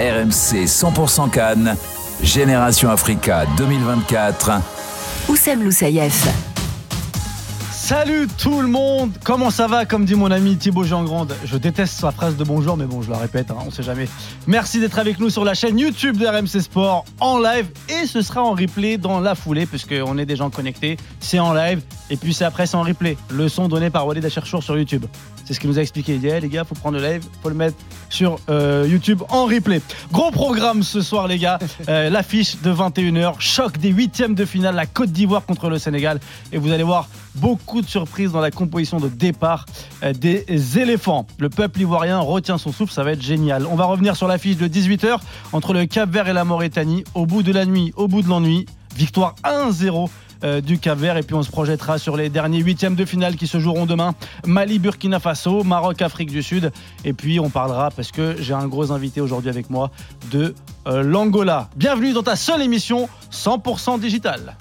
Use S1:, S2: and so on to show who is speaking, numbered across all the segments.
S1: RMC 100% Cannes, Génération Africa 2024.
S2: Oussem Loussaïef.
S3: Salut tout le monde Comment ça va Comme dit mon ami Thibaut Jean-Grande, je déteste sa phrase de bonjour, mais bon, je la répète, hein, on sait jamais. Merci d'être avec nous sur la chaîne YouTube de RMC Sport en live et ce sera en replay dans la foulée, puisqu'on est des gens connectés. C'est en live et puis c'est après, c'est en replay. Le son donné par Walid Acherchour sur YouTube. C'est ce qu'il nous a expliqué. Il dit, Eh, les gars, faut prendre le live, faut le mettre sur euh, YouTube en replay. Gros programme ce soir, les gars. Euh, L'affiche de 21h, choc des huitièmes de finale, la Côte d'Ivoire contre le Sénégal. Et vous allez voir beaucoup de surprises dans la composition de départ euh, des éléphants. Le peuple ivoirien retient son souffle, ça va être génial. On va revenir sur l'affiche de 18h entre le Cap Vert et la Mauritanie. Au bout de la nuit, au bout de l'ennui, victoire 1-0 euh, du Cap Vert. Et puis on se projettera sur les derniers huitièmes de finale qui se joueront demain. Mali, Burkina Faso, Maroc, Afrique du Sud. Et puis on parlera, parce que j'ai un gros invité aujourd'hui avec moi, de euh, l'Angola. Bienvenue dans ta seule émission 100% digitale.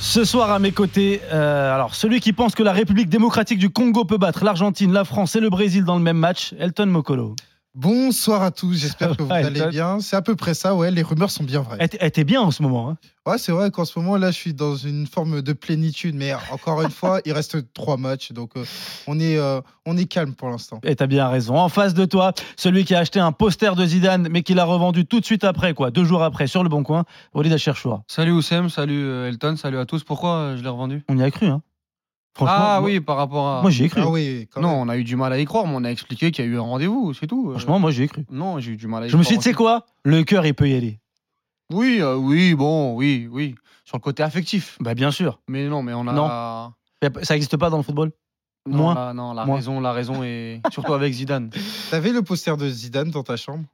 S3: Ce soir à mes côtés, euh, alors celui qui pense que la République démocratique du Congo peut battre l'Argentine, la France et le Brésil dans le même match, Elton Mokolo.
S4: Bonsoir à tous, j'espère
S3: Ça
S4: que vous
S3: va,
S4: allez
S3: Elton
S4: bien. C'est à peu près ça, ouais, les rumeurs sont bien vraies.
S3: Elle t- elle était bien en ce moment. hein.
S4: Ouais, c'est vrai qu'en ce moment, là, je suis dans une forme de plénitude, mais encore une fois, il reste trois matchs, donc euh, on, est, euh, on est calme pour l'instant.
S3: Et t'as bien raison. En face de toi, celui qui a acheté un poster de Zidane, mais qui l'a revendu tout de suite après, quoi, deux jours après, sur le bon coin, Walid Acherchoua.
S5: Salut Oussem, salut euh, Elton, salut à tous. Pourquoi euh, je l'ai revendu
S3: On y a cru, hein. Franchement,
S5: Ah
S3: moi,
S5: oui, par rapport à.
S3: Moi, j'y ai cru.
S4: Ah oui, quand
S5: non,
S4: même.
S5: on a eu du mal à y croire, mais on a expliqué qu'il y a eu un rendez-vous, c'est tout. Euh,
S3: Franchement, moi, j'y ai cru.
S5: Non, j'ai eu du mal à y
S3: Je
S5: croire.
S3: me suis dit, c'est quoi Le cœur, il peut y aller.
S5: Oui, euh, oui, bon, oui, oui. Sur le côté affectif.
S3: Bah, bien sûr.
S5: Mais non, mais on a.
S3: Non.
S5: Non,
S3: Y a pas- Ça n'existe pas dans le football Moins.
S5: non, la, non, la
S3: Moins.
S5: raison, la raison est. Surtout avec Zidane.
S4: T'avais le poster de Zidane dans ta chambre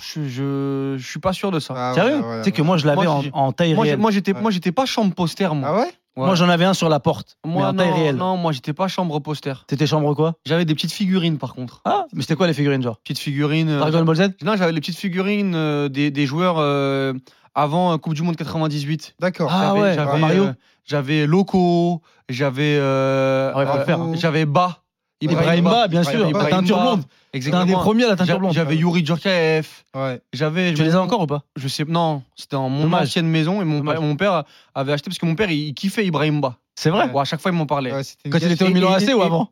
S5: Je, je, je suis pas sûr de ça.
S4: Ah,
S3: Sérieux
S4: ouais, ouais,
S3: Tu sais que
S4: ouais.
S3: moi, je l'avais
S5: Moi,
S3: en,
S5: j'ai-
S3: en taille
S5: Moi, j'ai-
S3: réelle.
S5: moi, j'étais,
S4: Ouais.
S5: moi, j'étais pas chambre poster, moi.
S4: Ah ouais
S5: Ouais.
S3: Moi, j'en avais un sur la porte, mais
S5: Moi,
S3: en taille
S5: non,
S3: réelle.
S5: non, moi, j'étais pas chambre poster.
S3: T'étais chambre quoi
S5: J'avais des petites figurines, par contre.
S3: Ah, mais c'était quoi les figurines, genre
S5: Petites figurines. euh,
S3: Dragon Ball Z
S5: Non, j'avais les petites figurines euh, des, des joueurs euh, avant euh, Coupe du Monde 98.
S4: D'accord.
S3: Ah
S5: J'avais-
S3: ouais,
S5: j'avais,
S3: Mario.
S5: euh, j'avais Loco, j'avais. euh,
S3: Ah Ouais, faut le faire.
S5: J'avais Ba.
S3: Ibrahima, bien sûr,
S4: Ibrahima.
S3: la teinture
S5: Ibrahima.
S3: blonde. C'est un des
S5: Exactement.
S3: premiers à la teinture
S5: J'a-
S3: blonde.
S5: J'avais Yuri Djorkaeff.
S4: Ouais.
S5: J'avais.
S3: Tu les as encore ou pas
S5: Je sais. Non, c'était en mon
S3: Dommage.
S5: ancienne maison et mon,
S3: Dommage.
S5: pa- mon père avait acheté parce que mon père il, il kiffait Ibrahim Ba.
S3: C'est vrai
S5: Bon, à chaque fois il m'en parlait.
S4: ouais, c'était une
S3: Quand il
S4: gâche-
S3: était au
S4: Et-
S3: Milan
S4: et-
S3: AC ou
S4: et-
S3: avant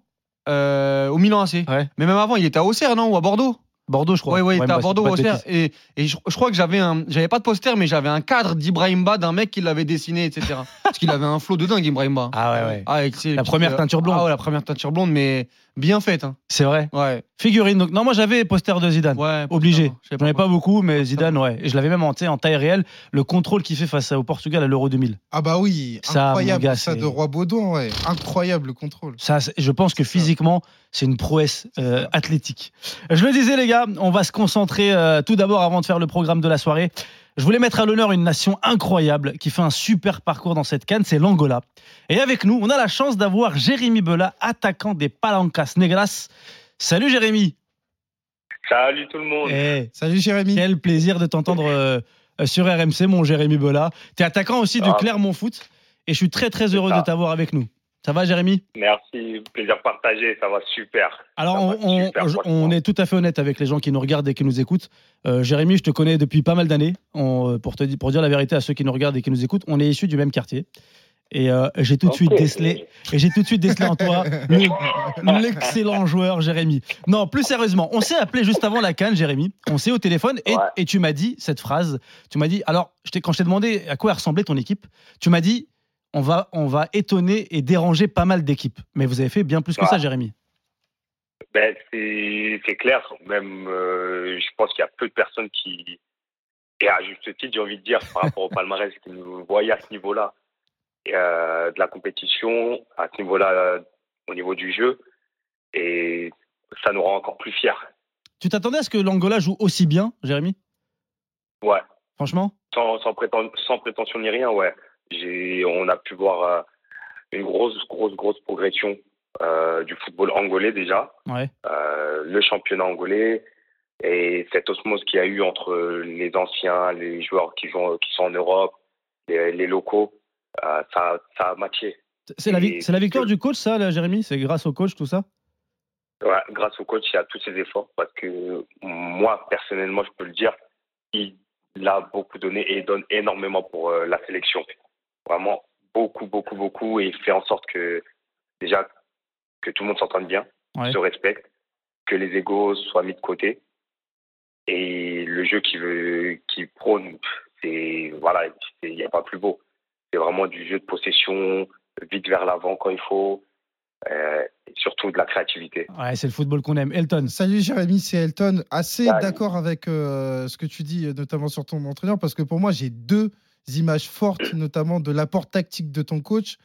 S5: Euh, au Milan AC.
S3: Ouais.
S5: Mais même avant, il était à Auxerre, non Ou à Bordeaux
S3: Bordeaux, je crois.
S5: Oui, oui,
S3: Ouais,
S5: t'es à
S3: bah,
S5: Bordeaux,
S3: c'est pas de
S5: Auxerre.
S3: bêtises.
S5: Et, et je, je crois que j'avais un. J'avais pas de poster, mais j'avais un cadre d'Ibrahimba d'un mec qui l'avait dessiné, etc. Parce qu'il avait un flot de dingue, Ibrahimba.
S3: Ah ouais, ouais.
S5: Ah, et c'est-
S3: La première
S5: euh,
S3: teinture blonde.
S5: Ah ouais, la première teinture blonde, mais bien faite. hein.
S3: C'est vrai.
S5: Ouais.
S3: Figurine. Donc, non, moi j'avais poster de Zidane.
S5: ouais
S3: Obligé.
S5: Je sais
S3: J'en ai pas beaucoup, mais Zidane, ouais. Et je l'avais même en, tu sais, en taille réelle. Le contrôle qu'il fait face au Portugal à l'Euro 2000.
S4: Ah bah oui,
S3: Ça, mon
S4: incroyable
S3: gars,
S4: ça
S3: c'est-
S4: de Roi Baudouin, ouais. Incroyable le contrôle.
S3: Ça, c'est- je pense que
S4: C'est ça.
S3: physiquement, c'est une prouesse euh,
S4: C'est ça.
S3: athlétique. Je le disais, les gars, on va se concentrer euh, tout d'abord avant de faire le programme de la soirée. Je voulais mettre à l'honneur une nation incroyable qui fait un super parcours dans cette canne, c'est l'Angola. Et avec nous, on a la chance d'avoir Jérémy Bella, attaquant des Palancas Negras. Salut Jérémy
S6: Salut tout le monde.
S3: Eh,
S4: Salut Jérémy.
S3: Quel plaisir de t'entendre euh, euh, sur RMC, mon Jérémy Bella. T'es attaquant aussi du
S6: Ah.
S3: Clermont Foot et je suis très très heureux
S6: ça.
S3: de t'avoir avec nous. Ça va Jérémy
S6: Merci, plaisir partagé, ça va super.
S3: Alors,
S6: Ça
S3: on,
S6: va
S3: on-
S6: super,
S3: on-
S6: franchement.
S3: on est tout à fait honnête avec les gens qui nous regardent et qui nous écoutent. Euh, Jérémy, je te connais depuis pas mal d'années. On, euh, Pour, te di- pour dire la vérité à ceux qui nous regardent et qui nous écoutent, on est issus du même quartier. Et euh, j'ai tout de suite
S6: Ok.
S3: décelé, et j'ai tout de suite décelé en toi le- l'excellent joueur Jérémy. Non, plus sérieusement, on s'est appelé juste avant la canne, Jérémy. On s'est au téléphone et,
S6: Ouais.
S3: et tu m'as dit cette phrase. Tu m'as dit, alors je t'ai- quand je t'ai demandé à quoi ressemblait ton équipe, tu m'as dit, on va, on va étonner et déranger pas mal d'équipes. Mais vous avez fait bien plus que
S6: Ouais.
S3: ça, Jérémy.
S6: Ben, c'est c'est clair, même euh, je pense qu'il y a peu de personnes qui, et à juste titre, j'ai envie de dire, par rapport au palmarès, qui nous voyaient à ce niveau-là, et, euh, de la compétition, à ce niveau-là, euh, au niveau du jeu, et ça nous rend encore plus fiers.
S3: Tu t'attendais à ce que l'Angola joue aussi bien, Jérémy
S6: Ouais.
S3: Franchement
S6: sans, sans, prétend- sans prétention ni rien, ouais. J'ai, on a pu voir euh, une grosse, grosse, grosse progression euh, du football angolais déjà,
S3: Ouais.
S6: euh, le championnat angolais et cette osmose qu'il y a eu entre les anciens, les joueurs qui, jouent, qui sont en Europe, les, les locaux, euh, ça, ça a matché.
S3: C'est la, vi-
S6: Et-
S3: c'est la victoire du coach, ça, là, Jérémy C'est grâce au coach, tout ça
S6: Ouais, grâce au coach et à tous ses efforts, parce que moi, personnellement, je peux le dire, il a beaucoup donné et il donne énormément pour euh, la sélection. Vraiment, beaucoup, beaucoup, beaucoup. Et il fait en sorte que, déjà, que tout le monde s'entende bien,
S3: Ouais.
S6: se respecte, que les égaux soient mis de côté. Et le jeu qui veut, qui prône, c'est, voilà, c'est- il n'y a pas plus beau. C'est vraiment du jeu de possession, vite vers l'avant quand il faut, euh, et surtout de la créativité.
S3: Ouais, c'est le football qu'on aime. Elton,
S4: Salut Jérémy, c'est Elton. Assez
S6: Salut.
S4: d'accord avec euh, ce que tu dis, euh, notamment sur ton entraîneur, parce que pour moi, j'ai deux images fortes, notamment de l'apport tactique de ton coach.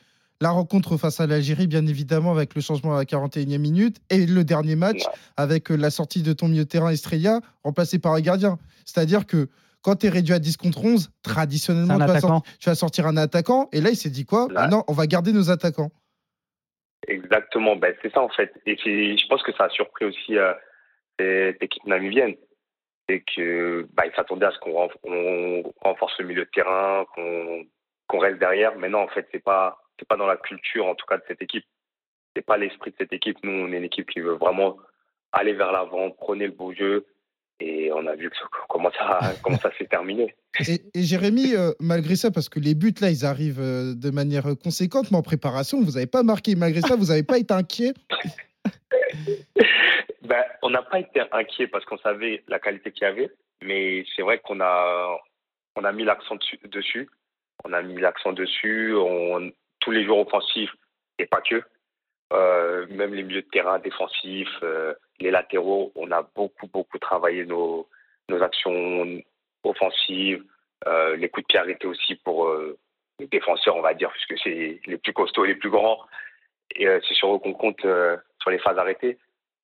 S4: La rencontre face à l'Algérie, bien évidemment, avec le changement à la 41e minute, et le dernier match
S6: Ouais.
S4: avec euh, la sortie de ton milieu de terrain Estrella, remplacé par un gardien. C'est-à-dire que quand tu es réduit à 10 contre 11,
S3: c'est
S4: traditionnellement,
S3: un
S4: tu vas,
S3: attaquant.
S4: sortir, tu vas sortir un attaquant, et là, il s'est dit quoi Bah
S6: Ouais.
S4: Non, on va garder nos attaquants.
S6: Exactement, ben, c'est ça en fait. Et c'est- je pense que ça a surpris aussi euh, cette équipe namibienne. C'est que bah, ils s'attendaient à ce qu'on renf- on renforce le milieu de terrain, qu'on qu'on reste derrière. Mais non, en fait, c'est pas c'est pas dans la culture en tout cas de cette équipe. C'est pas l'esprit de cette équipe. Nous, on est une équipe qui veut vraiment aller vers l'avant, prôner le beau jeu. Et on a vu que ça- comment ça comment ça s'est terminé.
S4: Et, et Jérémy, euh, malgré ça, parce que les buts là, ils arrivent euh, de manière conséquente, mais en préparation, vous n'avez pas marqué. Malgré ça, vous n'avez pas été inquiet.
S6: Ben, on n'a pas été inquiet parce qu'on savait la qualité qu'il y avait, mais c'est vrai qu'on a, on a mis l'accent dessus- dessus. On a mis l'accent dessus. On, tous les joueurs offensifs, et pas que. Euh, même les milieux de terrain défensifs, euh, les latéraux, on a beaucoup, beaucoup travaillé nos, nos actions offensives, euh, les coups de pied arrêtés aussi pour euh, les défenseurs, on va dire, puisque c'est les plus costauds, les plus grands. Et euh, c'est sur eux qu'on compte euh, sur les phases arrêtées.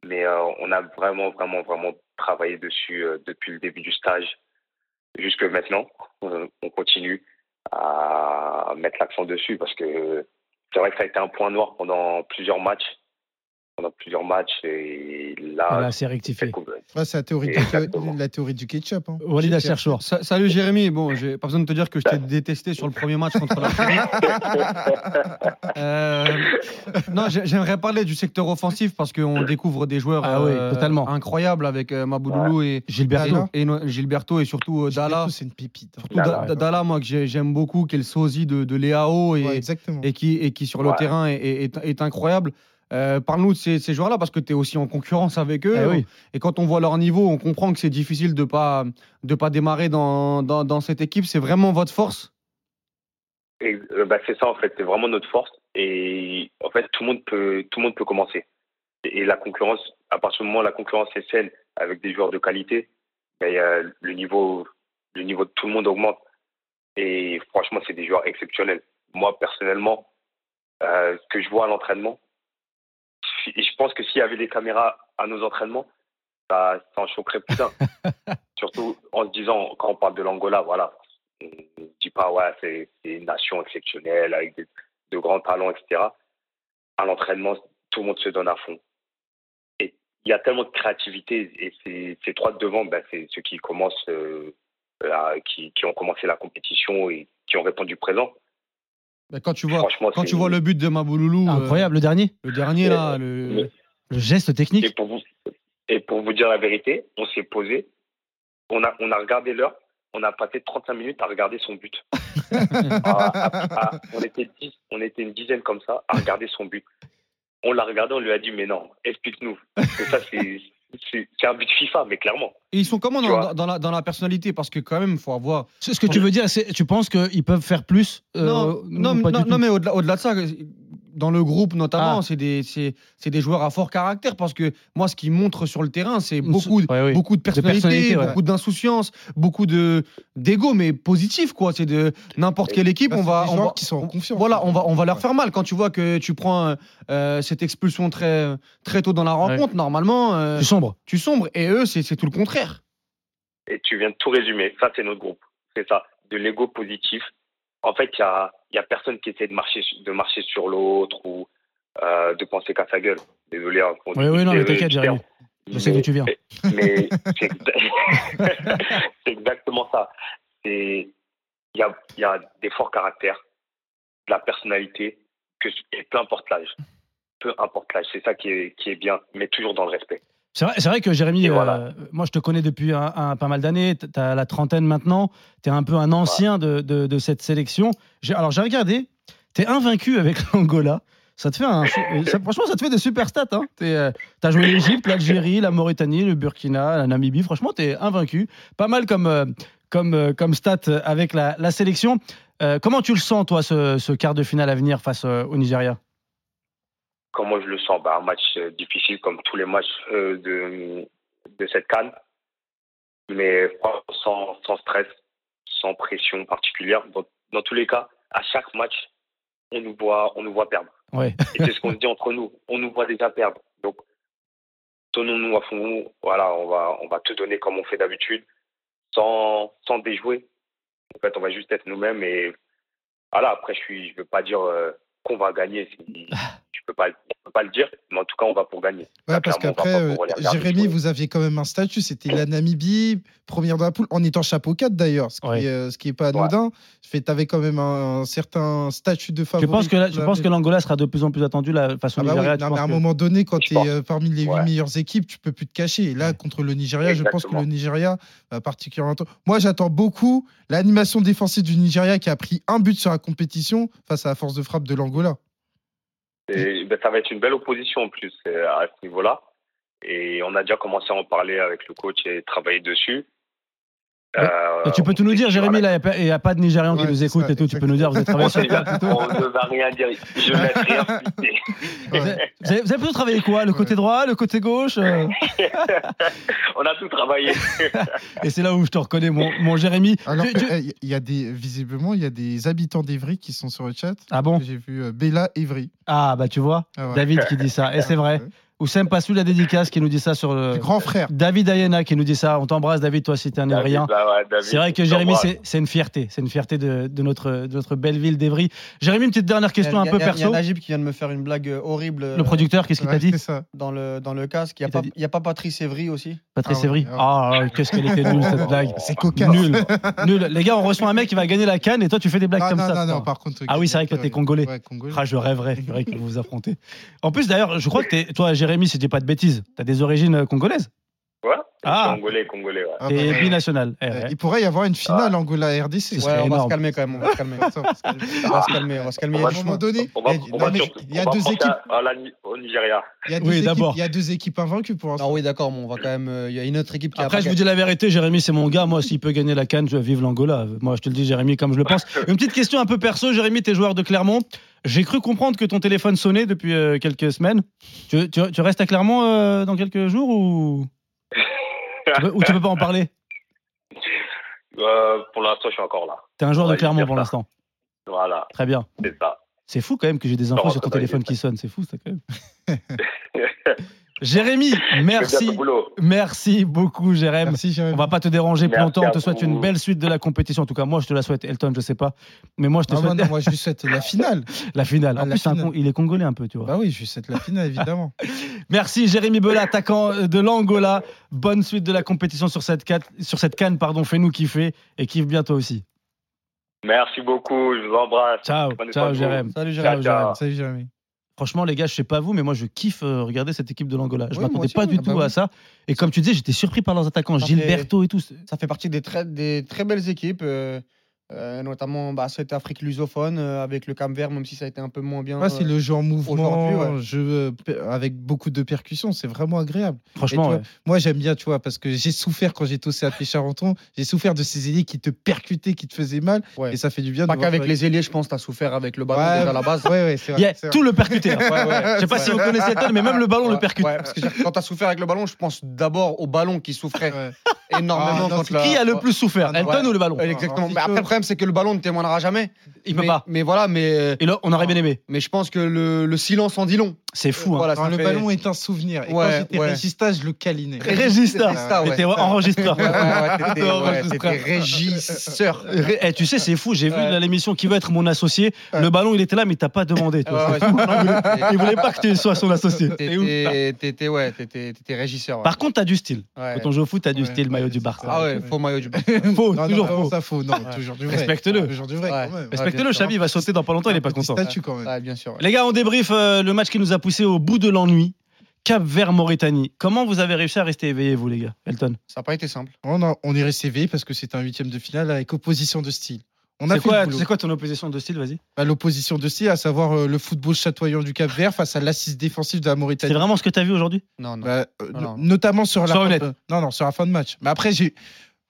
S6: Mais euh, on a vraiment, vraiment, vraiment travaillé dessus euh, depuis le début du stage jusque maintenant. Euh, on continue à mettre l'accent dessus parce que c'est vrai que ça a été un point noir pendant plusieurs matchs. Pendant plusieurs matchs, et là,
S3: Voilà, c'est rectifié.
S6: cette coupe-
S4: Ouais, c'est la théorie, du,
S6: Exactement.
S4: la théorie du ketchup. hein.
S3: Walid
S4: Ketchup.
S3: Acharchour.
S5: Sa- Salut Jérémy, bon, j'ai pas besoin de te dire que je t'ai détesté sur le premier match contre l'Algérie. Euh, non, j'ai- j'aimerais parler du secteur offensif parce qu'on découvre des joueurs euh,
S3: Ah oui, totalement.
S5: incroyables avec euh, Mabouloulou et,
S3: Gilberto.
S4: Dalla.
S5: et no- Gilberto et surtout euh, Dalla.
S4: C'est une pépite. hein.
S5: Surtout Da-
S6: Dalla,
S5: Da- Dalla, moi que j'ai- j'aime beaucoup, qui est le sosie de, de Léao et,
S4: Ouais, exactement.
S5: et qui, et qui sur le
S6: Ouais.
S5: terrain est, est- est incroyable. Euh, Parle-nous de ces, ces joueurs-là parce que tu es aussi en concurrence avec eux.
S3: Eh oui.
S5: Et quand on voit leur niveau, on comprend que c'est difficile de pas, de pas démarrer dans, dans, dans cette équipe. C'est vraiment votre force.
S6: Et, euh, bah, c'est ça en fait, c'est vraiment notre force et en fait tout le monde peut tout le monde peut commencer. Et, et la concurrence, à partir du moment où la concurrence est saine avec des joueurs de qualité, bah, il y a le niveau le niveau de tout le monde augmente et franchement c'est des joueurs exceptionnels. Moi personnellement, euh, ce que je vois à l'entraînement, si- je pense que s'il y avait des caméras à nos entraînements, ça, ça en choquerait plus d'un. Surtout en se disant quand on parle de l'Angola, voilà, on ne dit pas, ouais, c'est c'est une nation exceptionnelle avec des- de grands talents, etc. À l'entraînement, tout le monde se donne à fond. Et il y a tellement de créativité et ces, ces trois de devant, ben, c'est ceux qui commencent, euh, à- qui, qui ont commencé la compétition et qui ont répondu présent.
S5: Bah, Quand tu vois,
S6: Franchement,
S5: quand
S6: c'est-
S5: tu vois le but de Mabouloulou,
S6: Ah,
S5: euh,
S3: Incroyable, le dernier.
S5: le dernier là,
S6: le-
S5: le...
S3: Le geste technique.
S6: Et pour vous, et pour vous dire la vérité, on s'est posé, on a, on a regardé l'heure, on a passé 35 minutes à regarder son but. À- à- à- on, était dix- on était une dizaine comme ça à regarder son but. On l'a regardé, on lui a dit, mais non, explique-nous. Parce que ça, c'est c'est- c'est un but FIFA, mais clairement.
S5: Et ils sont comment
S6: Tu
S5: dans,
S6: vois.
S5: dans- dans la, dans la personnalité Parce que quand même, faut avoir.
S3: Ce ce que tu veux dire, c'est tu penses qu'ils peuvent faire plus euh,
S5: non,
S3: ou
S5: non,
S3: pas du
S5: mais- non,
S3: tout
S5: non, mais au-delà au-delà de ça, dans le groupe notamment,
S3: Ah.
S5: c'est des, c'est- c'est des joueurs à fort caractère parce que moi, ce qu'ils montrent sur le terrain, c'est
S3: Une sou-
S5: beaucoup, de-
S3: Ouais, oui.
S5: beaucoup de personnalité,
S3: personnalité, ouais.
S5: beaucoup d'insouciance, beaucoup de d'ego, mais positif quoi. C'est de n'importe quelle équipe,
S4: Bah,
S5: on
S4: c'est
S5: va,
S4: des
S5: on
S4: joueurs
S5: va-
S4: qui sont en
S5: on-
S4: confiance.
S5: Voilà, on va, on va leur
S4: Ouais.
S5: faire mal quand tu vois que tu prends euh, euh, cette expulsion très très tôt dans la rencontre. Normalement, euh,
S3: C'est sombre.
S5: tu sombres et eux, c'est c'est tout le contraire.
S6: Et tu viens de tout résumer. Ça, c'est notre groupe. C'est ça, de l'ego positif. En fait, il y a, il y a personne qui essaie de marcher, su- de marcher sur l'autre ou euh, de penser qu'à sa gueule. Désolé. hein, pour-
S3: Oui, oui, non, mais t'inquiète,
S6: je-
S3: Jérémy. Je sais d'où tu viens.
S6: Mais c'est exa- c'est exactement ça. C'est- Il y a, il y a des forts caractères, de la personnalité, que, et peu importe l'âge. peu importe l'âge. C'est ça qui est, qui est bien, mais toujours dans le respect.
S3: C'est vrai, c'est vrai que Jérémy,
S6: Et
S3: euh,
S6: voilà.
S3: moi je te connais depuis un, un- pas mal d'années, tu as la trentaine maintenant, tu es un peu un ancien de, de- de cette sélection. J'ai- alors j'ai regardé, tu es invaincu avec l'Angola. Ça te fait un, euh, ça- franchement, ça te fait des super stats. Hein. Tu as joué l'Égypte, l'Algérie, la Mauritanie, le Burkina, la Namibie. Franchement, tu es invaincu. Pas mal comme, euh, comme, euh, comme stat euh, avec la, la sélection. Euh, comment tu le sens, toi, ce, ce quart de finale à venir face euh, au Nigeria
S6: Comment je le sens bah, Un match euh, difficile, comme tous les matchs euh, de, de cette canne, mais franchement, sans, sans stress, sans pression particulière. Dans, dans tous les cas, à chaque match, on nous voit, on nous voit perdre.
S3: Ouais.
S6: Et c'est ce qu'on se dit entre nous. On nous voit déjà perdre. Donc, donnons-nous à fond. Voilà, on va, on va tout donner comme on fait d'habitude, sans, sans déjouer. En fait, on va juste être nous-mêmes. Et voilà, après, je suis, je veux pas dire euh, qu'on va gagner. si- Je peux pas, je peux pas le dire. Mais en tout cas, on va pour gagner.
S4: Ah. Ouais, parce
S6: Clairement,
S4: qu'après,
S6: on va pas
S4: euh,
S6: pouvoir les regarder
S4: Jérémy,
S6: jouer.
S4: vous aviez quand même un statut, c'était la Namibie, première de la poule, en étant chapeau 4 d'ailleurs, ce qui
S3: Ouais.
S4: est, euh, ce qui est pas
S6: Ouais.
S4: anodin. Tu avais quand même un, un certain statut
S3: Je
S4: de favori.
S3: pense que, la- je
S4: Vous
S3: pense
S4: l'avez.
S3: que l'Angola sera de plus en plus attendue la, face au
S4: Ah bah oui,
S3: Nigeria. tu
S4: non, mais
S3: penses
S4: à un
S3: que-
S4: moment donné, quand
S6: Je
S4: tu
S6: pense.
S4: es parmi les huit
S6: Ouais.
S4: meilleures équipes, tu peux plus te cacher. Et là, contre le Nigeria, je pense que
S6: Exactement.
S4: le Nigeria va particulièrement. Moi, j'attends beaucoup l'animation défensive du Nigeria qui a pris un but sur la compétition face à la force de frappe de l'Angola.
S6: Et, ben, ça va être une belle opposition en plus euh, à ce niveau-là. Et on a déjà commencé à en parler avec le coach et travailler dessus.
S3: Ouais.
S6: Euh,
S3: Et Bah, tu peux tout nous dire, Jérémy, là, il n'y a, pas de Nigérians qui
S4: Ouais,
S3: nous
S4: c'est
S3: écoutent
S4: ça,
S3: et tout. Tu peux nous dire, vous êtes
S6: On,
S3: travaillé sur
S6: sait
S3: quoi
S6: bien,
S3: plutôt
S6: on ne va rien dire. Je laisse rien fuiter.
S3: vous avez, vous avez- vous avez plutôt travaillé quoi Le côté droit, Ah, le côté gauche euh,
S6: On a tout travaillé.
S3: Et c'est là où je te reconnais, mon, mon Jérémy.
S4: Alors,
S3: Tu-
S4: que,
S3: tu-
S4: eh, y- y a des, visiblement, il y a des habitants d'Evry qui sont sur le chat.
S3: Ah bon
S4: J'ai vu euh, Bella Evry.
S3: Ah, bah tu vois,
S4: Ah ouais.
S3: David qui dit ça. Et c'est vrai. Euh, Oussem Passou, la dédicace, qui nous dit ça sur le.
S4: Du grand frère.
S3: David Ayena qui nous dit ça. On t'embrasse, David, toi, si t'es un Ivrien.
S6: bah ouais, David,
S3: C'est vrai que
S6: je
S3: Jérémy,
S6: t'embrasse.
S3: c'est c'est une fierté. C'est une fierté de, de notre, de notre belle ville d'Evry. Jérémy, une petite dernière question un peu
S5: Il y a
S3: perso.
S5: Najib qui vient de me faire une blague euh, horrible euh,
S3: Le producteur, qu'est-ce qu'il t'a
S4: Ouais,
S3: dit
S4: c'est ça.
S5: dans le, dans le casque. Il
S3: Il t'a dit-
S5: n'y a, pas Patrice Evry aussi
S3: Patrice
S4: Ah ouais,
S3: Evry.
S4: ah ouais. Oh,
S3: Ah, qu'est-ce qu'elle était nulle, cette blague.
S4: C'est cocasse.
S3: Nul. Nul. Les gars, on reçoit un mec qui va gagner la canne et toi, tu fais des blagues
S4: Ah,
S3: comme
S4: non,
S3: ça.
S4: non,
S3: putain.
S4: non, par contre.
S3: Ah oui, c'est vrai que toi, t'es congolais.
S4: Ouais, congolais.
S3: Ah, je rêverais, je rêverais que vous vous affrontez. En plus, d'ailleurs, je crois que t'es- toi, Jérémy, si je dis pas de bêtises, t'as des origines euh, congolaises
S6: Ouais,
S3: Ah.
S6: Congolais, Congolais. ouais.
S4: Ah, bah,
S3: et
S4: ouais.
S3: binationales. Eh,
S4: Euh,
S3: ouais.
S4: Il pourrait y avoir une finale Angola-RDC.
S3: Ce serait
S5: on va se
S3: énorme.
S5: calmer quand même. On va se calmer.
S4: Attends, parce que-
S5: on va se calmer. On va se calmer. Il y
S4: ah, À un
S5: a du
S4: moment
S5: chemin.
S4: donné,
S6: On
S5: Il
S6: va,
S5: y a du-
S6: on
S4: non,
S6: va
S4: mais
S6: surtout-
S4: il y a
S6: on va
S4: deux
S6: penser
S4: équipes.
S6: à- à la Ni- au Nigeria.
S4: il y a deux
S3: Oui,
S4: équipes-
S3: d'abord.
S4: il y a deux équipes invaincues pour l'instant.
S5: Non, oui, d'accord, mais on va quand même. euh, Il y a une autre équipe qui a.
S3: Après, je vous dis la vérité, Jérémy, c'est mon gars. Moi, s'il peut gagner la canne, je vive l'Angola. Moi, je te le dis, Jérémy, comme je le pense. Une petite question un peu perso, Jérémy, t'es joueur de Clermont. J'ai cru comprendre que ton téléphone sonnait depuis euh, quelques semaines. Tu, tu- tu restes à Clermont euh, dans quelques jours ou. tu peux- ou tu peux pas en parler
S6: Euh, pour l'instant, je suis encore là.
S3: T'es un joueur
S6: Ouais,
S3: de Clermont
S6: j'espère
S3: pour
S6: pas.
S3: l'instant.
S6: Voilà,
S3: Très bien.
S6: c'est ça.
S3: C'est fou quand même que j'ai des infos
S6: rentre
S3: sur ton
S6: dans les
S3: téléphone qui sonne. C'est fou ça quand même. Jérémy,
S6: Fais bien
S3: merci.
S6: ton boulot.
S3: Merci beaucoup, Jérém.
S4: Merci, Jérémy.
S3: On va pas te déranger plus
S6: Merci
S3: longtemps. On
S6: à
S3: te souhaite
S6: vous.
S3: une belle suite de la compétition. En tout cas, moi, je te la souhaite. Elton, je sais pas. Mais moi, je te
S4: Ah, bah,
S3: souhaite
S4: non, moi, je lui souhaite la finale.
S3: la finale.
S4: Ah,
S3: En
S4: la
S3: plus, c'est un
S4: finale.
S3: con- il est congolais un peu, tu vois.
S4: Bah oui, je lui souhaite la finale, évidemment.
S3: Merci Jérémy Bella, attaquant de l'Angola. Bonne suite de la compétition sur cette, cat- sur cette canne. Pardon, fais-nous kiffer et kiffe bien toi aussi.
S6: Merci beaucoup, je vous embrasse.
S3: Ciao,
S6: Prenez soin
S3: ciao
S6: de vous.
S3: Jérém.
S5: Salut, Jérémy.
S3: Ciao, Jérém.
S4: Salut, Jérémy.
S3: Franchement, les gars, je sais pas vous, mais moi, je kiffe euh, regarder cette équipe de l'Angola. Je
S4: Ouais, moi
S3: m'attendais
S4: aussi,
S3: pas
S4: ouais.
S3: du
S4: Ah
S3: tout
S4: bah
S3: à
S4: oui.
S3: ça. Et comme tu dis, j'étais surpris par leurs attaquants,
S5: Ça fait-
S3: Gilberto et tout.
S5: Ça fait partie des très, des très belles équipes, euh, euh, notamment bah, cette Afrique lusophone euh, avec le Cap Vert, même si ça a été un peu moins bien.
S4: Moi, c'est
S5: euh,
S4: le jeu en mouvement,
S5: Aujourd'hui, ouais.
S4: jeu euh, pe- avec beaucoup de percussions. C'est vraiment agréable.
S3: Franchement,
S4: Et toi,
S3: ouais.
S4: Moi, j'aime bien, tu vois, parce que j'ai souffert quand j'étais au CAP Charenton. J'ai souffert de ces aînés qui te percutaient, qui te faisaient mal.
S5: Ouais.
S4: Et ça fait du bien
S5: Pas
S4: de voir-
S5: qu'avec les ailiers, je pense, t'as souffert avec le ballon
S4: Ouais.
S5: déjà à la base.
S4: Ouais, ouais, c'est vrai.
S3: Yeah,
S4: c'est vrai.
S3: tout le percuté. hein.
S5: Ah, Ouais, ouais.
S3: Je sais pas
S4: C'est
S3: si vous connaissez Elton, mais même le ballon
S5: Ouais,
S3: le percute.
S5: ouais, parce que j'ai- quand t'as souffert avec le ballon, je pense d'abord au ballon qui souffrait
S4: Ouais.
S5: énormément.
S4: Ah, non,
S5: quand
S4: c'est
S5: la-
S3: Qui a le plus souffert,
S5: Ouais.
S3: Elton ou le ballon
S5: Ouais, Exactement.
S4: Ah,
S5: Mais après,
S4: Fico.
S5: le problème, c'est que le ballon ne témoignera jamais.
S3: Il peut
S5: mais,
S3: pas.
S5: Mais voilà, mais,
S3: Et là, on aurait bien aimé.
S5: mais je pense que le, le silence en dit long.
S3: C'est fou. Hein.
S5: Voilà,
S4: Non,
S5: ça
S4: le
S5: fait-
S4: ballon est un souvenir. Et
S5: Ouais,
S4: quand j'étais
S5: ouais.
S4: régista, je le câlinais.
S3: Régista,
S5: Régista, ouais.
S3: t'étais enregistreur.
S5: Ouais, ouais, t'étais-
S3: T'étais
S5: ouais,
S3: enregistreur.
S5: t'étais régisseur.
S3: Ré- eh, tu sais, c'est fou. J'ai
S5: Ouais.
S3: vu là, l'émission qui veut être mon associé.
S5: Ouais.
S3: Le ballon, il était là, mais t'as pas demandé. Toi.
S5: Ouais, ouais,
S3: C'est fou. Non, mais Il voulait pas que tu sois son associé. C'est ouf.
S5: T'étais, t'étais, ouais, t'étais, t'étais régisseur. ouais.
S3: Par contre, t'as du style.
S5: Ouais.
S3: Quand on joue au foot, t'as du
S4: Ouais,
S3: style, maillot
S4: ouais,
S3: du
S4: c'est
S3: Barça.
S5: Ah ouais, faux maillot du
S3: Faux,
S4: Non, non,
S3: toujours
S4: non,
S3: faux.
S4: ça faux. Non, toujours du vrai.
S3: Respecte-le.
S4: Toujours du vrai,
S5: Ouais.
S4: quand même.
S5: Ouais.
S3: respectez-le,
S5: bien sûr.
S3: Xavi, il va sauter dans pas longtemps, il est pas
S4: Petit
S3: content.
S4: Statut quand même.
S5: Ouais, bien sûr. ouais.
S3: Les gars, on débrief euh, le match qui nous a poussé au bout de l'ennui. Cap vers Mauritanie. Comment vous avez réussi à rester éveillé, vous, les gars Elton
S5: Ça n'a pas été simple.
S4: On, a- on est resté éveillé parce que c'était un huitième de finale avec opposition de style. On a
S3: C'est
S4: fait le
S3: quoi,
S4: boulot.
S3: c'est quoi ton opposition de style Vas-y.
S4: Bah, l'opposition de style, à savoir euh, le football chatoyant du Cap Vert face à l'assise défensive de la
S3: C'est
S4: Mauritanie.
S3: vraiment ce que t'as vu aujourd'hui
S5: Non, non.
S4: Bah, euh,
S5: Non, non.
S4: Notamment sur la,
S3: Sois
S4: fin
S3: honnête.
S4: de... non, non, sur la fin de match. Mais après, j'ai.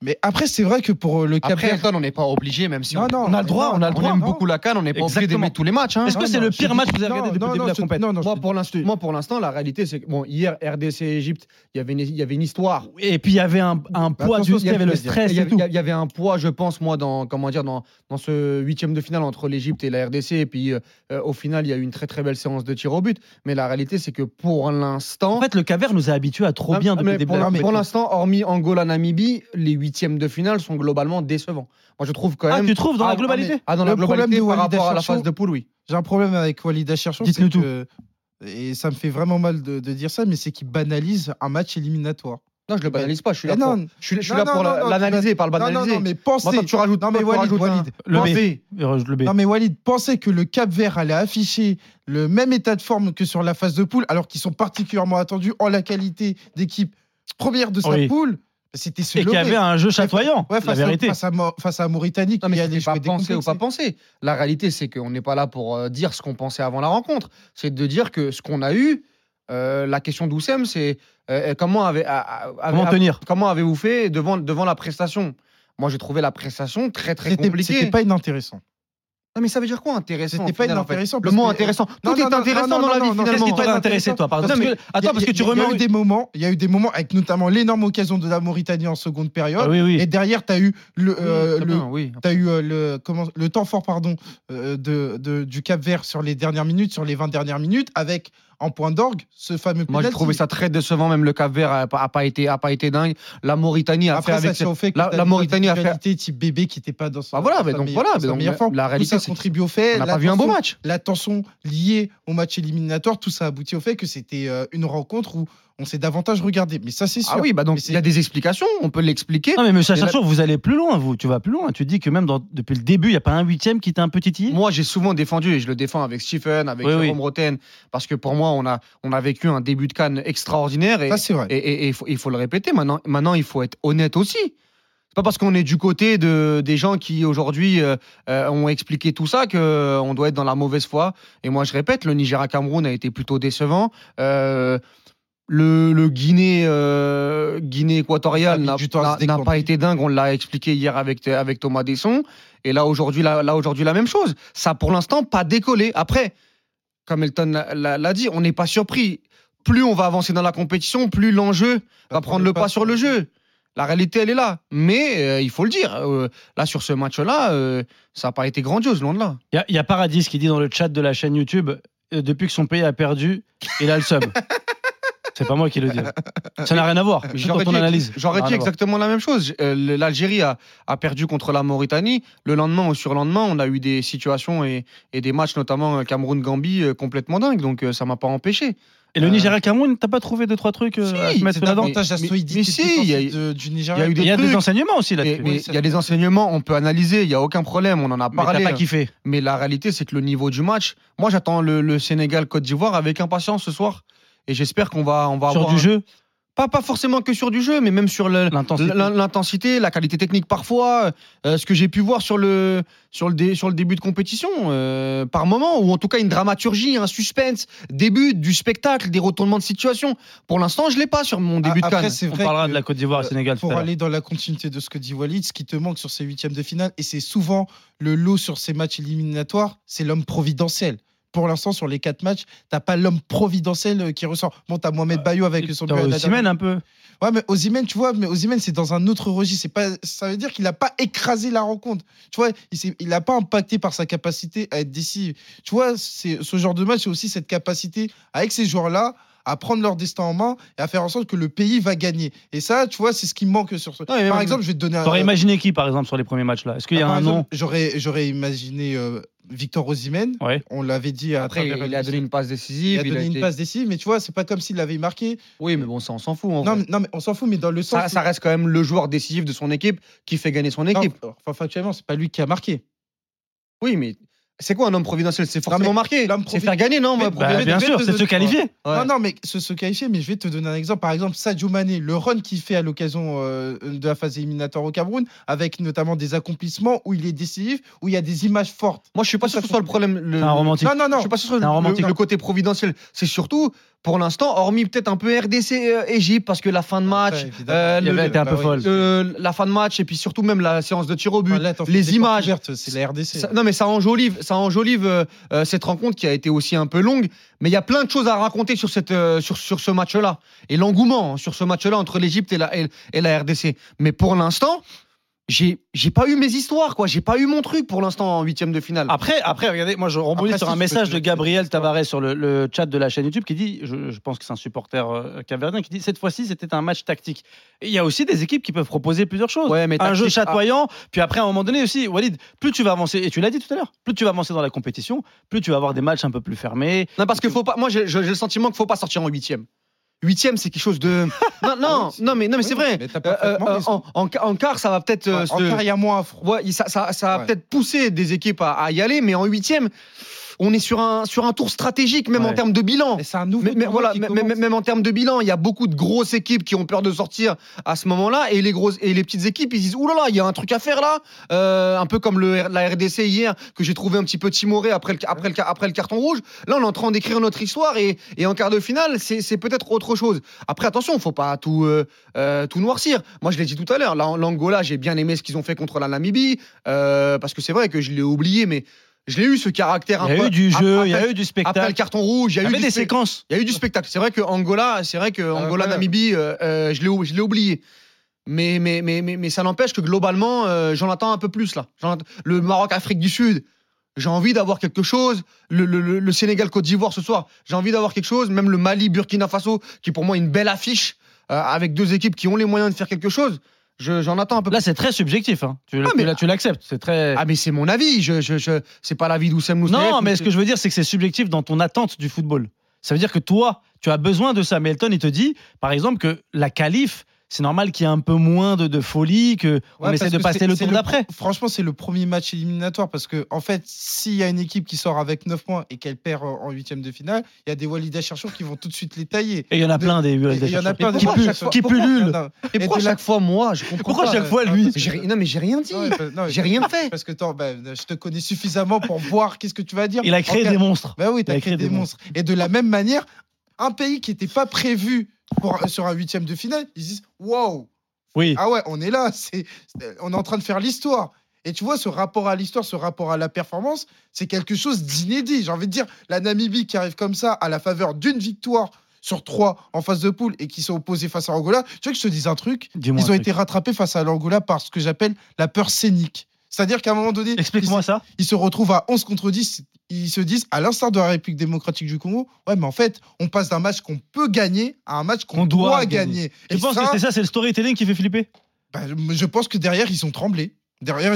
S4: Mais après, c'est vrai que pour euh, le Cap
S5: Après,
S4: Vert.
S5: Elton, on n'est pas obligé, même si
S4: Non, non,
S3: on a le droit, on a le
S5: on
S3: droit,
S5: aime
S3: non.
S5: beaucoup la canne, on n'est pas obligé
S3: Exactement.
S5: d'aimer tous les matchs. hein.
S3: Est-ce que c'est le pire
S4: je
S3: match
S4: dis-
S3: que vous avez regardé
S4: non,
S3: depuis le
S4: non,
S3: début de
S4: non,
S3: la
S4: je-
S3: compète
S4: non, non, je-
S5: Moi, pour l'instant, moi, pour l'instant, la réalité, c'est que bon, hier, RDC Égypte, il y avait une, il y avait une
S4: Ah
S5: histoire.
S3: Et puis il y avait un, un
S4: Bah,
S3: poids
S5: Bah,
S3: du
S5: Attention, il y
S3: style, il y avait le stress
S5: il y
S3: et
S5: avait-
S3: tout.
S5: Il y avait un poids, je pense, moi, dans comment dire, dans, dans ce huitième de finale entre l'Égypte et la RDC. Et puis, euh, euh, au final, il y a eu une très très belle séance de tir au but. Mais la réalité, c'est que pour l'instant,
S3: En fait, le Caver nous a habitués à trop
S5: Non,
S3: bien depuis
S5: mais
S3: le début
S5: pour
S3: de la
S5: l'in-
S3: compète.
S5: pour l'instant, hormis Angola, Namibie, les huitièmes de finale sont globalement décevants. Moi, je trouve quand
S3: Ah,
S5: même.
S3: tu trouves dans la
S5: Ah,
S3: globalité
S5: Ah, dans
S4: Le
S5: la globalité
S4: problème de
S5: par
S4: Walid
S5: rapport à la
S4: Acharchou-
S5: phase de poule, oui.
S4: J'ai un problème avec Walid Acharchon.
S3: Dites-nous
S4: c'est que- Et ça me fait vraiment mal de, de dire ça, mais c'est qu'il banalise un match éliminatoire.
S5: Non, je le banalise pas. Je suis là
S4: Mais
S5: pour,
S4: non,
S5: je suis, je suis
S4: non,
S5: là
S4: non,
S5: pour la-
S4: non,
S5: l'analyser, pas le
S4: non,
S5: banaliser.
S4: non, non, mais pensez.
S5: Moi, toi, tu rajoutes.
S4: Non, mais
S5: toi, tu
S4: Walid,
S5: rajoutes un-
S4: Walid.
S3: Le
S5: un
S3: B.
S5: B.
S3: Euh, Le B.
S4: Non mais Walid, pensez que le Cap Vert allait afficher le même état de forme que sur la phase de poule, alors qu'ils sont particulièrement attendus en la qualité d'équipe première de sa
S3: Oui.
S4: poule. Bah, C'était ce
S3: Et qui
S4: leurrer.
S3: avait un jeu chatoyant,
S4: Ouais,
S3: la
S4: face, à,
S3: vérité.
S4: face, à, Mo- face à Mauritanie
S5: Non,
S4: qui
S5: mais
S4: allait
S5: c'est
S4: jouer
S5: pas
S4: des
S5: penser ou pas
S4: complexés.
S5: penser. La réalité, c'est qu'on n'est pas là pour euh, dire ce qu'on pensait avant la rencontre. C'est de dire que ce qu'on a eu, euh, la question d'Oussem, c'est euh, comment avez, a- a-
S3: Comment
S5: avez-
S3: tenir
S5: comment avez-vous fait devant, devant la prestation Moi, j'ai trouvé la prestation très très
S4: C'était
S5: compliquée.
S4: c'était pas inintéressant.
S5: Non, mais ça veut dire quoi intéressant
S4: C'était
S5: au
S4: pas
S5: final, en fait
S4: inintéressant,
S5: Le
S4: parce
S5: mot
S4: que-
S5: intéressant.
S4: Non,
S5: Tout est
S4: non, non,
S5: intéressant
S4: non,
S5: dans la
S4: non,
S5: vie
S4: non, non,
S3: Qu'est-ce
S5: finalement.
S3: qui t'aurait
S4: pas
S3: intéressé,
S4: intéressant.
S3: toi, par
S4: Non,
S3: exemple
S4: mais
S3: Parce que- Attends,
S4: Il y a-
S3: parce que tu
S4: il y a-
S3: remets.
S4: Il y a eu des moments, il y a eu des moments avec notamment l'énorme occasion de la Mauritanie en seconde
S3: Ah
S4: période.
S3: Oui, oui.
S4: Et derrière, tu as eu le, euh,
S5: Très
S4: le-
S5: bien, oui.
S4: T'as eu euh, le, comment, le temps fort pardon, euh, de, de- du Cap Vert sur les dernières minutes, sur les 20 dernières minutes, avec en point d'orgue ce fameux
S5: Moi, j'ai
S4: penalty.
S5: trouvé ça très décevant. Même le Cap Vert a pas, a pas été, a pas été dingue. La Mauritanie a
S4: Après,
S5: fait
S4: ça
S5: avec.
S4: tient au fait que
S5: la-
S4: t'as
S5: la
S4: des
S5: Mauritanie a fait-
S4: individualités type bébé qui n'était pas dans son.
S5: Ah, voilà,
S4: dans
S5: mais
S4: sa
S5: donc
S4: meilleure-
S5: voilà,
S4: dans
S5: mais
S4: sa
S5: donc
S4: meilleure forme.
S5: la
S4: Tout
S5: réalité,
S4: ça
S5: c'est que
S4: contribue au fait.
S5: On n'a
S4: la
S5: pas vu un beau
S4: tension-
S5: match.
S4: La tension liée au match éliminatoire, tout ça aboutit au fait que c'était euh, une rencontre où on s'est davantage regardé. Mais ça, c'est sûr.
S5: Ah oui, bah
S4: Mais
S5: donc
S4: c'est-
S5: il y a des explications. On peut l'expliquer.
S3: Non, mais monsieur
S5: Et la-
S3: Chachour, vous allez plus loin, vous. Tu vas plus loin. Tu dis que même dans- depuis le début, il n'y a pas un huitième qui t'a un petit titillé
S5: Moi, j'ai souvent défendu, et je le défends avec Stephen, avec
S3: Oui, oui.
S5: Jérôme Roten, parce que pour moi, on a, on a vécu un début de Cannes extraordinaire. Et,
S4: Ça, c'est vrai.
S5: et, et- et il faut, il faut le répéter, maintenant, maintenant il faut être honnête aussi. C'est pas parce qu'on est du côté de, des gens qui aujourd'hui euh, euh, ont expliqué tout ça qu'on doit être dans la mauvaise foi. Et moi je répète, le Nigeria-Cameroun a été plutôt décevant. Euh, le, le Guinée, euh, Guinée
S4: Ça a
S5: équatoriale
S4: mis
S5: n'a
S4: du temps à
S5: n'a-
S4: se décanter.
S5: n'a pas été dingue, on l'a expliqué hier avec, avec Thomas Desson. Et là aujourd'hui, là, là, aujourd'hui la même chose. Ça pour l'instant pas décollé. Après, comme Elton l'a- l'a l'a dit, on n'est pas surpris. Plus on va avancer dans la compétition, plus l'enjeu va prendre le pas sur le jeu. La réalité, elle est là. Mais euh, il faut le dire, euh, là, sur ce match-là, euh, ça n'a pas été grandiose, loin de là.
S3: Il y a- il y, a Paradis qui dit dans le chat de la chaîne YouTube euh, depuis que son pays a perdu, il a le sub. C'est pas moi qui le dis. Ça n'a rien à voir. J'entends
S5: J'aurais
S3: ton
S5: dit-
S3: analyse.
S5: J'aurais
S3: Ça n'a
S5: dit
S3: rien à voir.
S5: exactement la même chose. Euh, le- L'Algérie a, a perdu contre la Mauritanie. Le lendemain ou surlendemain, on a eu des situations et, et des matchs, notamment euh, Cameroun-Gambie, euh, complètement dingues. Donc euh, ça m'a pas empêché.
S3: Et le
S5: Euh,
S3: Nigeria-Cameroun, t'as pas trouvé deux, trois trucs euh,
S5: Si,
S3: à se mettre
S4: C'est
S3: là-dedans
S4: davantage la
S5: mais-
S4: solidité
S5: mais si,
S4: défensive
S5: il y a eu-
S4: de- du
S5: il y
S4: Nigeria.
S5: a eu
S3: Il y a des
S5: trucs.
S3: enseignements aussi
S5: Et-
S3: là-dessus.
S5: mais
S3: Mais
S5: il y a des enseignements, on peut analyser, il n'y a aucun problème, on en a
S3: t'as
S5: parlé. euh.
S3: pas kiffé.
S5: Mais la réalité, c'est que le niveau du match, moi j'attends le, le Sénégal-Côte d'Ivoire avec impatience ce soir. Et j'espère qu'on va, on va
S3: Sur
S5: avoir
S3: du
S5: un-
S3: jeu,
S5: Pas, pas forcément que sur du jeu, mais même sur le-
S3: l'intensité.
S5: l'in- l'intensité, la qualité technique parfois, euh, ce que j'ai pu voir sur le, sur le, dé- sur le début de compétition, euh, par moment, ou en tout cas une dramaturgie, un suspense, début du spectacle, des retournements de situation. Pour l'instant, je l'ai pas sur mon début
S4: Ah,
S5: de
S4: après,
S5: Cannes.
S4: c'est
S3: On
S4: vrai
S3: parlera
S4: que-
S3: de la Côte d'Ivoire,
S4: Euh,
S3: Sénégal tout
S4: pour
S3: à l'heure.
S4: aller dans la continuité de ce que dit Walid, ce qui te manque sur ces huitièmes de finale, et c'est souvent le lot sur ces matchs éliminatoires, c'est l'homme providentiel. Pour l'instant, sur les quatre matchs, t'as pas l'homme providentiel euh, qui ressort. Bon, t'as
S5: Ah,
S4: Mohamed Bayo avec son but. à
S3: T'as
S4: la
S3: Osimhen
S4: dernière-
S3: un peu.
S4: Ouais, mais Osimhen, tu vois, mais Osimhen, c'est dans un autre registre. C'est pas, ça veut dire qu'il n'a pas écrasé la rencontre. Tu vois, il s'est- il n'a pas impacté par sa capacité à être décisif. Tu vois, c'est ce genre de match, c'est aussi cette capacité avec ces joueurs-là à prendre leur destin en main et à faire en sorte que le pays va gagner. Et ça, tu vois, c'est ce qui manque sur ce.
S5: Non, mais même-
S4: Par exemple, je vais te donner un.
S3: T'aurais imaginé qui, par exemple, sur les premiers matchs là Est-ce qu'il y a
S4: Par
S3: un
S4: exemple,
S3: nom
S4: J'aurais, j'aurais imaginé euh, Victor Osimhen.
S3: Ouais.
S4: On l'avait dit à
S5: Après,
S4: travers
S5: il a donné une passe
S4: il
S5: décisive.
S4: a donné
S5: a
S4: une
S5: été-
S4: passe décisive, mais tu vois, c'est pas comme s'il l'avait marqué.
S5: Oui, mais bon, ça, on s'en fout.
S4: Non,
S5: en vrai.
S4: mais, non, mais on s'en fout, mais dans le sens.
S5: ça, ça reste quand même le joueur décisif de son équipe qui fait gagner son
S4: Non,
S5: équipe.
S4: enfin, factuellement, c'est pas lui qui a marqué.
S5: Oui, mais c'est quoi un homme providentiel C'est forcément
S4: mais
S5: marqué.
S4: l'homme
S5: C'est
S4: provi-
S5: faire gagner, non
S4: Mais-
S5: moi,
S4: bah,
S5: providentiel.
S4: mais
S3: bien
S4: des
S3: sûr,
S4: bêtes
S3: c'est
S4: de
S3: se
S4: trucs,
S3: qualifier.
S5: Ouais.
S4: Non, non, mais se, se qualifier, mais je vais te donner un exemple. Par exemple, Sadio Mané, le run qu'il fait à l'occasion euh, de la phase éliminatoire au Cameroun, avec notamment des accomplissements où il est décisif, où il y a des images fortes.
S5: Moi, je suis pas sûr que ce soit le problème. Le...
S3: C'est un romantique.
S4: Non, non, non.
S5: Je suis pas sûr que ce soit
S3: Un
S5: le-
S3: romantique.
S5: le, le côté providentiel. C'est surtout, pour l'instant, hormis peut-être un peu RDC, euh, Égypte, parce que la fin de match,
S4: Après, évidemment.
S5: euh,
S3: Il y
S5: le-
S3: avait été un peu
S4: bah oui.
S3: folle.
S5: le- la fin de match, et puis surtout même la séance de tir au but,
S4: Enfin, là, t'en fais
S5: les
S4: des portes
S5: images.
S4: ouvertes, C'est la RDC.
S5: Ça- non, mais ça enjolive, ça enjolive euh, euh, cette rencontre qui a été aussi un peu longue. Mais il y a plein de choses à raconter sur, cette, euh, sur, sur ce match-là. Et l'engouement hein, sur ce match-là entre l'Égypte et la, et, et la RDC. Mais pour l'instant, j'ai j'ai pas eu mes histoires, quoi. J'ai pas eu mon truc pour l'instant en huitième de finale.
S3: Après, après, regardez, moi je rebondis
S4: Après,
S3: sur
S4: si,
S3: un
S4: tu
S3: message
S4: peux-
S3: de Gabriel Tavares sur le, le chat de la chaîne YouTube qui dit, je, je pense que c'est un supporter euh, cavernien, qui dit cette fois-ci c'était un match tactique. Et Il y a aussi des équipes qui peuvent proposer plusieurs choses.
S5: Ouais, mais
S3: un jeu
S5: tactique, ah.
S3: chatoyant, puis après à un moment donné aussi, Walid, plus tu vas avancer, et tu l'as dit tout à l'heure, plus tu vas avancer dans la compétition, plus tu vas avoir des matchs un peu plus fermés.
S5: Non, parce que faut pas. Moi, j'ai j'ai le sentiment qu'il faut pas sortir en huitième. Huitième, c'est quelque chose de. Non, non,
S4: Ah oui, c'est-
S5: non, mais non, mais c'est
S4: Oui,
S5: vrai.
S4: Mais t'as
S5: Euh,
S4: parfaitement
S5: euh,
S4: raison.
S5: en, en, en quart, ça va peut-être. euh,
S4: Ouais,
S5: se-
S4: en quart, il y a moins à froid.
S5: Ouais, il- ça, ça, ça a
S4: Ouais.
S5: peut-être poussé des équipes à, à y aller, mais en huitième, on est sur un, sur un tour stratégique, même en
S3: Ouais.
S5: termes de bilan.
S4: Mais c'est un nouveau.
S5: Mais, mais
S4: tournoi
S5: voilà,
S4: qui
S5: mais- mais-
S4: commence.
S5: même en termes de bilan, il y a beaucoup de grosses équipes qui ont peur de sortir à ce moment-là, et les grosses et les petites équipes, ils disent oulala, là là, il y a un truc à faire là, Euh, un peu comme le, R- la RDC hier que j'ai trouvé un petit peu timoré après le, après le, après le carton rouge. Là, on est en train d'écrire notre histoire et, et en quart de finale, c'est c'est peut-être autre chose. Après, attention, faut pas tout euh, euh, tout noircir. Moi, je l'ai dit tout à l'heure, là, en- l'Angola, j'ai bien aimé ce qu'ils ont fait contre la Namibie euh, parce que c'est vrai que je l'ai oublié, mais je l'ai eu ce caractère.
S3: Il y
S5: un
S3: a
S5: peu-
S3: eu du
S5: ap-
S3: jeu, il y
S5: après-
S3: a eu du
S5: après le
S3: spectacle,
S5: carton rouge, il
S3: il
S5: y
S3: y
S5: a eu
S3: avait
S5: du
S3: des
S5: spectacle.
S3: séquences.
S5: Il y a eu du spectacle. C'est vrai que Angola, c'est vrai que
S3: Ah,
S5: Angola,
S4: voilà.
S5: Namibie, euh, euh, je l'ai ou- je l'ai oublié. Mais, mais, mais, mais, mais ça n'empêche que globalement, euh, j'en attends un peu plus là. J'en att- Le Maroc, Afrique du Sud, j'ai envie d'avoir quelque chose. Le, le- le- le Sénégal, Côte d'Ivoire ce soir, j'ai envie d'avoir quelque chose. Même le Mali, Burkina Faso, qui pour moi est une belle affiche euh, avec deux équipes qui ont les moyens de faire quelque chose. Je- J'en attends un peu plus.
S3: Là, c'est très subjectif. hein. Tu,
S5: Ah,
S3: tu
S5: mais-
S3: l'as- tu l'acceptes. C'est très.
S5: Ah mais c'est mon avis. Je, je, je- c'est pas l'avis d'Oussem Moussef,
S3: Non, mais ce
S5: c'est-
S3: que je veux dire, c'est que c'est subjectif dans ton attente du football. Ça veut dire que toi, tu as besoin de ça. Mais Elton, il te dit, par exemple, que la qualif, c'est normal qu'il y ait un peu moins de, de folie, que on
S4: Ouais,
S3: essaie
S4: parce
S3: de
S4: que
S3: passer
S4: c'est-
S3: le
S4: c'est
S3: tour d'après.
S4: Franchement, c'est le premier match éliminatoire parce que, en fait, s'il y a une équipe qui sort avec 9 points et qu'elle perd euh, en huitième de finale, il y a des Walid Cherchour qui vont tout de suite les tailler.
S3: Et il y en a
S4: de-
S3: plein des
S4: Et- et Il y en a plein
S3: qui,
S4: des-
S3: pu-
S4: chaque fois-
S3: qui
S4: pourquoi-
S3: pullulent.
S4: Non, non.
S5: Et pourquoi
S4: de la-
S5: chaque fois moi je comprends
S3: Pourquoi
S5: pas.
S3: chaque fois lui
S5: J'ai ri- Non mais j'ai rien dit.
S4: Non, mais pas- non, mais-
S5: J'ai rien fait.
S4: Parce que t'en- bah, je te connais suffisamment pour voir qu'est-ce que tu vas dire.
S3: Il a
S4: En
S3: créé
S4: cas-
S3: des monstres.
S4: Bah oui,
S3: Il
S4: t'as
S3: a
S4: créé des monstres. Et de la même manière, un pays qui n'était pas prévu pour, sur un huitième de finale, ils disent Wow,
S3: Oui.
S4: ah ouais, on est là, c'est, c'est- on est en train de faire l'histoire. Et tu vois, ce rapport à l'histoire, ce rapport à la performance, c'est quelque chose d'inédit. J'ai envie de dire, la Namibie qui arrive comme ça à la faveur d'une victoire sur trois en phase de poule et qui sont opposés face à Angola, tu veux que je te dise un truc
S3: Dis-moi. un
S4: Ils ont
S3: truc.
S4: été rattrapés face à l'Angola par ce que j'appelle la peur scénique. C'est-à-dire qu'à un moment donné, ils
S3: Explique-moi ça.
S4: ils se retrouvent à 11 contre 10. Ils se disent, à l'instar de la République démocratique du Congo, ouais, mais en fait, on passe d'un match qu'on peut gagner à un match qu'on
S3: Qu'on doit
S4: doit,
S3: gagner.
S4: gagner.
S3: Tu
S4: Et
S3: penses
S4: ça,
S3: que c'est ça, c'est le storytelling qui fait flipper
S4: bah, je pense que derrière, ils ont tremblé. Derrière,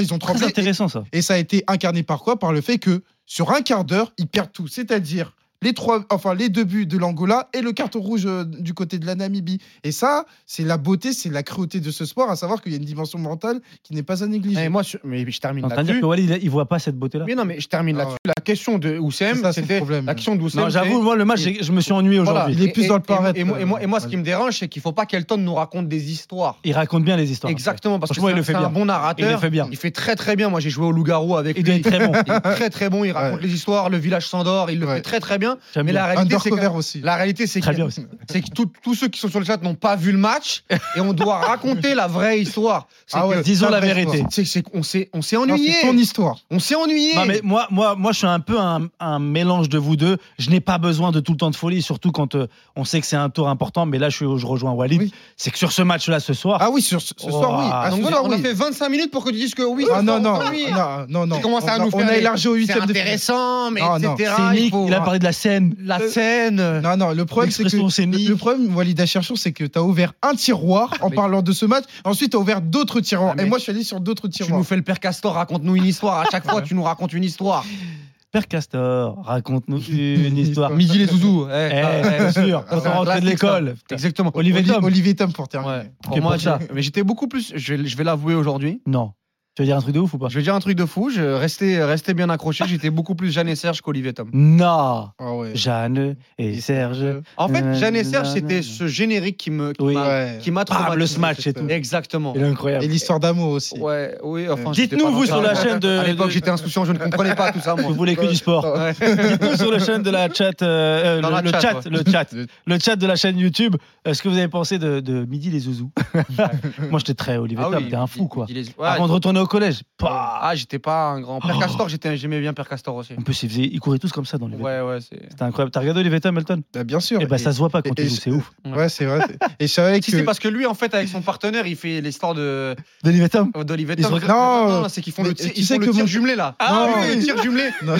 S4: ils ont
S3: Très
S4: tremblé. Et,
S3: intéressant ça.
S4: et ça a été incarné par quoi Par le fait que sur un quart d'heure, ils perdent tout. C'est-à-dire les, trois, enfin, les deux buts de l'Angola et le carton rouge euh, du côté de la Namibie. Et ça, c'est la beauté, c'est la cruauté de ce sport, à savoir qu'il y a une dimension mentale qui n'est pas à négliger.
S5: Eh, moi, sur- mais je termine
S3: En train de
S5: là-dessus.
S3: dire que Walid, il- il voit pas cette beauté-là.
S5: Mais non, mais je termine
S4: Ah
S5: là-dessus. La question de
S4: C'est
S5: Oussem,
S4: ça, son
S5: c'était
S4: problème.
S5: l'action d'Oussem.
S3: Non, j'avoue, moi, le match, j'ai- je me suis ennuyé
S5: c'est-
S3: aujourd'hui.
S5: voilà.
S4: Il est plus
S5: Et-
S4: dans le
S5: et-
S4: paraître,
S5: Et, moi, et moi- et moi, ce
S4: euh,
S5: qui me dérange, c'est qu'il faut pas qu'Elton nous raconte des histoires.
S3: Il raconte bien les histoires.
S5: Exactement, parce que
S3: Franchement, il le
S5: c'est
S3: fait
S5: c'est un
S3: bien.
S5: bon
S3: Il le
S5: narrateur.
S3: fait bien.
S5: Il fait très très bien. Moi, j'ai joué au Loup-Garou avec
S3: Il doit
S5: lui.
S3: être très bon.
S5: Il est très très bon. Il raconte les histoires. Le village s'endort. Il le
S4: Ouais.
S5: fait très très bien.
S3: J'aime
S5: Mais
S3: bien.
S5: la réalité, c'est que,
S4: Undercover aussi.
S5: la réalité, c'est
S3: Très
S5: que-
S3: bien aussi.
S5: c'est que tout- tous ceux qui sont sur le chat n'ont pas vu le match et on doit raconter la vraie histoire. C'est
S4: Ah ouais,
S5: que-
S3: Disons
S4: ça,
S3: la
S4: vrai,
S3: vérité.
S5: c'est- c'est qu'on s'est on s'est
S4: Non,
S5: ennuyé.
S4: C'est ton histoire.
S5: On s'est ennuyé.
S3: Non, mais moi, moi, moi, je suis un peu un, un mélange de vous deux. Je n'ai pas besoin de tout le temps de folie, surtout quand euh, on sait que c'est un tour important. Mais là, je, suis- je rejoins Walid.
S4: Oui.
S3: C'est que sur ce match-là ce soir,
S4: Ah oui, sur ce, ce
S3: Oh,
S4: soir, oui.
S3: ah,
S4: Ah,
S5: Donc
S4: ce
S5: voilà,
S4: soir,
S5: on a
S4: oui.
S5: fait 25 minutes pour que tu dises que oui.
S4: Ah
S5: c'est
S4: non, non,
S5: important, oui.
S4: non, non, non.
S5: Tu commences
S4: on,
S5: à
S4: a-
S5: nous
S4: on
S5: faire
S4: a
S5: les-
S4: élargi au
S5: C'est
S4: huitième de finale.
S5: intéressant, mais
S4: Non, non.
S5: etc.
S3: c'est
S5: il
S3: Nick,
S5: faut- hein.
S3: il hein. a parlé de la scène. Euh,
S5: la scène.
S4: Non, non, le problème, c'est que.
S3: L'expression, c'est
S4: Le,
S3: Nick.
S4: le problème, Walida Cherchour, c'est que tu as ouvert un tiroir en
S5: Mais-
S4: parlant de ce match. Ensuite, tu as ouvert d'autres tiroirs.
S5: Ah, mais-
S4: Et moi, je suis allé sur d'autres
S5: Tu
S4: tiroirs.
S5: nous fais le père Castor, raconte-nous une histoire. À chaque fois, tu nous racontes une histoire.
S3: Père Castor, raconte-nous une histoire.
S5: Midi les zouzous.
S3: Eh, bien sûr, quand on rentrait de l'école.
S5: Exactement.
S3: Olivier
S4: Oli-
S3: Tom.
S4: Olivier Tom pour terminer.
S5: Ouais, pour
S3: Ok,
S5: moi,
S3: pour ça.
S5: j'ai- mais j'étais beaucoup plus. Je vais, je vais l'avouer aujourd'hui.
S3: Non. Tu veux dire un truc de ouf ou pas
S5: Je vais dire un truc de fou, je restais, restais bien accroché, j'étais beaucoup plus Jeanne et Serge qu'Olivier Tom.
S3: Non
S4: Ah ouais.
S3: Jeanne et Serge.
S5: En
S3: Euh,
S5: fait, Jeanne et Serge,
S3: non,
S5: c'était
S3: non.
S5: ce générique qui me qui
S3: Oui.
S5: m'a-
S4: Ouais.
S5: qui m'a traumatisé.
S3: le smash et tout.
S5: Exactement.
S3: Il est
S4: Et
S3: incroyable.
S4: l'histoire d'amour aussi.
S5: Ouais, oui,
S4: Euh,
S5: enfin, j'étais
S3: dites-nous,
S5: pas
S3: vous, sur la
S5: dans-
S3: chaîne de-
S5: À l'époque,
S3: de-
S5: j'étais insouciant, je ne comprenais pas tout ça,
S3: Vous
S5: moi.
S3: voulez que du sport.
S5: Ouais.
S3: Dites-nous sur le chaîne de la chat, euh, euh,
S5: Dans
S3: le,
S5: la
S3: le
S5: chat,
S3: chat,
S5: ouais.
S3: le
S4: Ah,
S3: chat, le chat de la chaîne YouTube. euh, ce que vous avez pensé de, de Midi les Zouzous Moi, j'étais très Olivier
S5: Ah
S3: Tom,
S5: oui,
S3: t'es un
S5: il-
S3: fou quoi.
S5: il est- ouais,
S3: Avant de retourner au collège, pah
S5: Ah, j'étais pas un grand. Père
S3: Oh.
S5: Castor, j'étais- j'aimais bien Père Castor aussi.
S3: En plus, ils, faisaient- ils couraient tous comme ça dans les
S5: Ouais, ouais, c'est.
S3: C'était incroyable. T'as regardé Olivier Tom, Elton
S4: Bah, bien sûr.
S3: Eh ben, ça se voit pas quand
S4: et-
S3: ils jouent,
S4: et-
S3: c'est ouf.
S4: Ouais, c'est vrai. Et je savais
S5: Si
S4: que-
S5: c'est parce que lui, en fait, avec son partenaire, il fait l'histoire de
S3: D'Olivier Tom
S5: d'Olivier
S4: Ils
S5: Tom.
S4: se regardent- Non.
S5: c'est qu'ils font
S4: Mais
S5: le tir,
S4: tu
S5: ils
S4: sais
S5: font le
S4: que
S5: tir
S4: mon-
S5: jumelé là.
S4: Ah
S5: Non.
S4: oui,
S5: le tir jumelé.
S4: Non.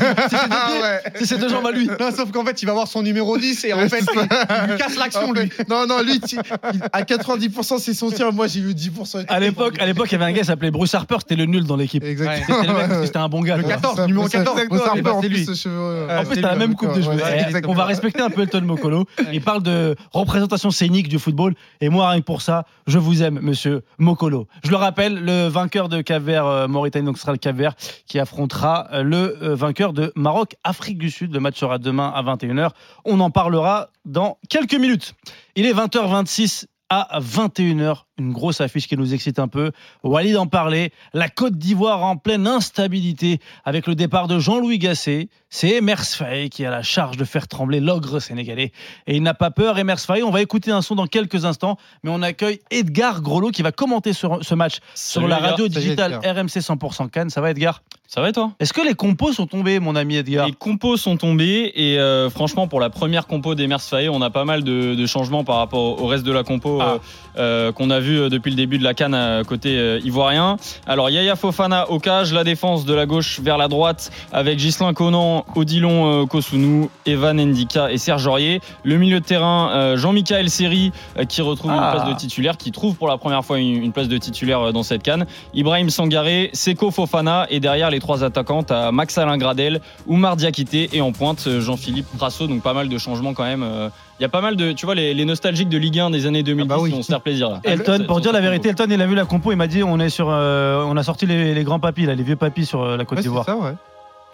S4: Ah ouais.
S3: C'est ses deux jambes à lui.
S5: Non, sauf qu'en fait, il va voir son numéro 10 et en fait, il il lui casse l'action lui.
S4: Non, non, lui, tu- il- à 90%, c'est son tir. Moi, j'ai eu 10%.
S3: À l'époque, à l'époque, il y avait un gars qui s'appelait Bruce Harper, c'était le nul dans l'équipe.
S4: Exactement.
S3: C'était le mec, parce que c'était un bon gars.
S5: Le
S3: quoi.
S5: 14, numéro 14,
S4: Exactement.
S5: exactement.
S4: Sarpent,
S5: Eh ben,
S4: en
S5: c'est
S4: plus,
S5: lui.
S4: ce cheveu.
S5: Ah,
S4: ouais,
S3: En plus,
S4: c'est
S3: t'as la
S4: lui,
S3: même
S4: ouais,
S3: coupe de cheveux.
S4: ouais,
S3: Eh,
S4: exactement.
S3: on va respecter un peu Elton Mokolo. Il parle de représentation scénique du football. Et moi, rien que pour ça, je vous aime, monsieur Mokolo. Je le rappelle, le vainqueur de Cap-Vert, euh, Mauritanie, donc ce sera le Cap-Vert, qui affrontera euh, le euh, vainqueur de Maroc, Afrique du Sud. Le match sera demain à 21h. On en parlera dans quelques minutes. Il est 20h26 à 21h. Une grosse affiche qui nous excite un peu. Walid en parlait. La Côte d'Ivoire en pleine instabilité avec le départ de Jean-Louis Gasset. C'est Emers Faye qui a la charge de faire trembler l'ogre sénégalais. Et il n'a pas peur, Emers Faye. On va écouter un son dans quelques instants, mais on accueille Edgar Grolot qui va commenter ce, ce match sur
S7: Salut,
S3: la
S7: Edgar.
S3: radio
S4: Salut,
S3: digitale
S4: Edgar.
S3: RMC 100% Cannes. Ça va, Edgar
S7: Ça va et toi
S3: Est-ce que les compos sont tombés, mon ami Edgar
S7: Les compos sont tombés et euh, franchement pour la première compo des Faye, on a pas mal de, de changements par rapport au reste de la compo
S3: Ah.
S7: euh, euh, qu'on a vu euh, depuis le début de la canne côté euh, ivoirien. Alors Yaya Fofana au cage, la défense de la gauche vers la droite avec Ghislain Conan, Odilon euh, Kosunu, Evan Ndika et Serge Aurier. Le milieu de terrain euh, Jean-Michel Seri euh, qui retrouve
S3: Ah.
S7: une place de titulaire, qui trouve pour la première fois une, une place de titulaire euh, dans cette canne. Ibrahim Sangaré, Seko Fofana et derrière les trois attaquants à Max Alain Gradel, Oumar Diakité et en pointe euh, Jean-Philippe Brasso. Donc pas mal de changements quand même. euh. Il y a pas mal de, tu vois, les, les nostalgiques de Ligue 1 des années 2010
S4: Ah bah oui.
S7: qui vont se faire plaisir. là.
S3: Elton,
S7: Ça-
S3: pour
S7: Ah, ça-
S3: dire
S7: ça-
S3: la vérité, Elton, il a vu la compo, il m'a dit on est sur, euh, on a sorti les, les grands papis, là, les vieux papis sur euh, la Côte
S4: Ouais, c'est
S3: d'Ivoire.
S4: ça, ouais.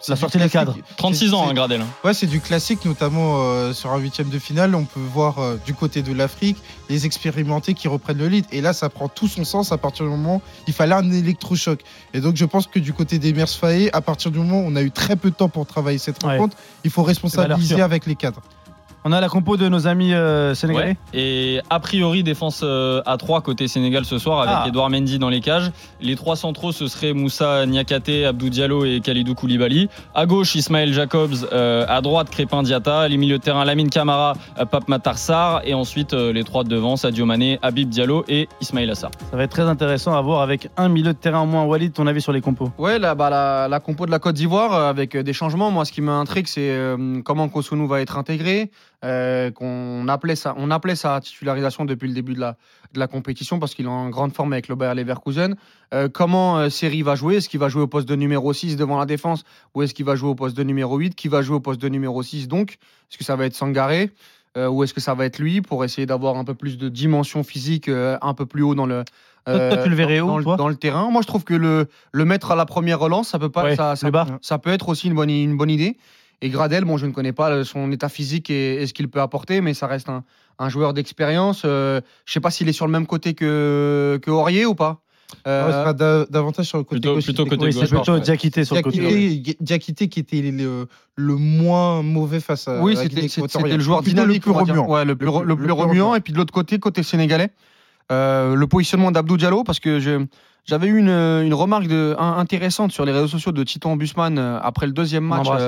S4: C'est
S3: La
S4: du
S3: sortie des
S4: classique.
S3: cadres.
S7: 36 ans,
S4: C'est-
S7: hein, Gradel.
S4: Ouais, c'est du classique, notamment euh, sur un huitième de finale. On peut voir euh, du côté de l'Afrique les expérimentés qui reprennent le lead. Et là, ça prend tout son sens à partir du moment où il fallait un électrochoc. Et donc, je pense que du côté des Mers Faye, à partir du moment où on a eu très peu de temps pour travailler cette
S3: Ouais.
S4: rencontre, il faut
S3: C'est
S4: responsabiliser
S3: valeur
S4: avec les cadres.
S3: On a la compo de nos amis euh, sénégalais.
S7: Ouais. Et a priori, défense euh, à 3 côté Sénégal ce soir avec
S3: Ah.
S7: Edouard Mendy dans les cages. Les trois centraux, ce seraient Moussa Niakate, Abdou Diallo et Khalidou Koulibaly. À gauche, Ismaël Jacobs. euh, à droite, Crépin Diata. Les milieux de terrain, Lamine Camara, euh, Pape Matarsar. Et ensuite, euh, les trois de devant, Sadio Mané, Habib Diallo et Ismaël Assar.
S3: Ça va être très intéressant à voir avec un milieu de terrain en moins. Walid, ton avis sur les compos
S5: Ouais, là, bah, la, la compo de la Côte d'Ivoire euh, avec euh, des changements. Moi, ce qui m'intrigue, c'est euh, comment Kosunu va être intégré. euh, qu'on appelait ça, on appelait sa titularisation depuis le début de la, de la compétition parce qu'il est en grande forme avec le Bayer Leverkusen. Euh, comment euh, Seri va jouer Est-ce qu'il va jouer au poste de numéro 6 devant la défense ou est-ce qu'il va jouer au poste de numéro 8 Qui va jouer au poste de numéro 6 donc Est-ce que ça va être Sangaré Euh, ou est-ce que ça va être lui pour essayer d'avoir un peu plus de dimension physique euh, un peu plus haut dans le euh,
S3: Toi- toi, tu le verrais
S5: dans-
S3: où,
S5: dans, le-
S3: toi
S5: dans le terrain moi je trouve que le, le mettre à la première relance, ça peut pas,
S3: Ouais,
S5: ça, ça-
S3: le bas.
S5: ça peut être aussi une bonne, une bonne idée. Et Gradel, bon, je ne connais pas le- son état physique et, et ce qu'il peut apporter, mais ça reste un, un joueur d'expérience. Euh, je sais pas s'il est sur le même côté que, que Aurier ou pas.
S4: Ouais, ce
S5: Euh,
S4: sera da- davantage sur le côté
S7: plutôt-
S4: gauche.
S7: plutôt côté
S3: Oui, c'est
S7: gauche,
S3: plutôt
S7: ouais.
S3: Diakité sur le côté. ouais.
S4: Diakité, Diakité qui était le, le moins mauvais face à
S5: oui,
S4: la Guinée
S5: c'était c'était-
S4: équatoriale.
S5: c'était le joueur
S4: Plutôt
S5: dynamique,
S4: le plus
S5: on va dire.
S4: remuant.
S5: Ouais, le plus, re- le plus remuant. Et puis de l'autre côté, côté sénégalais, euh, le positionnement d'Abdou Diallo, parce que je- j'avais eu une, une remarque de, un- intéressante sur les réseaux sociaux de Titan Busman euh, après le deuxième match
S3: l'embrasse.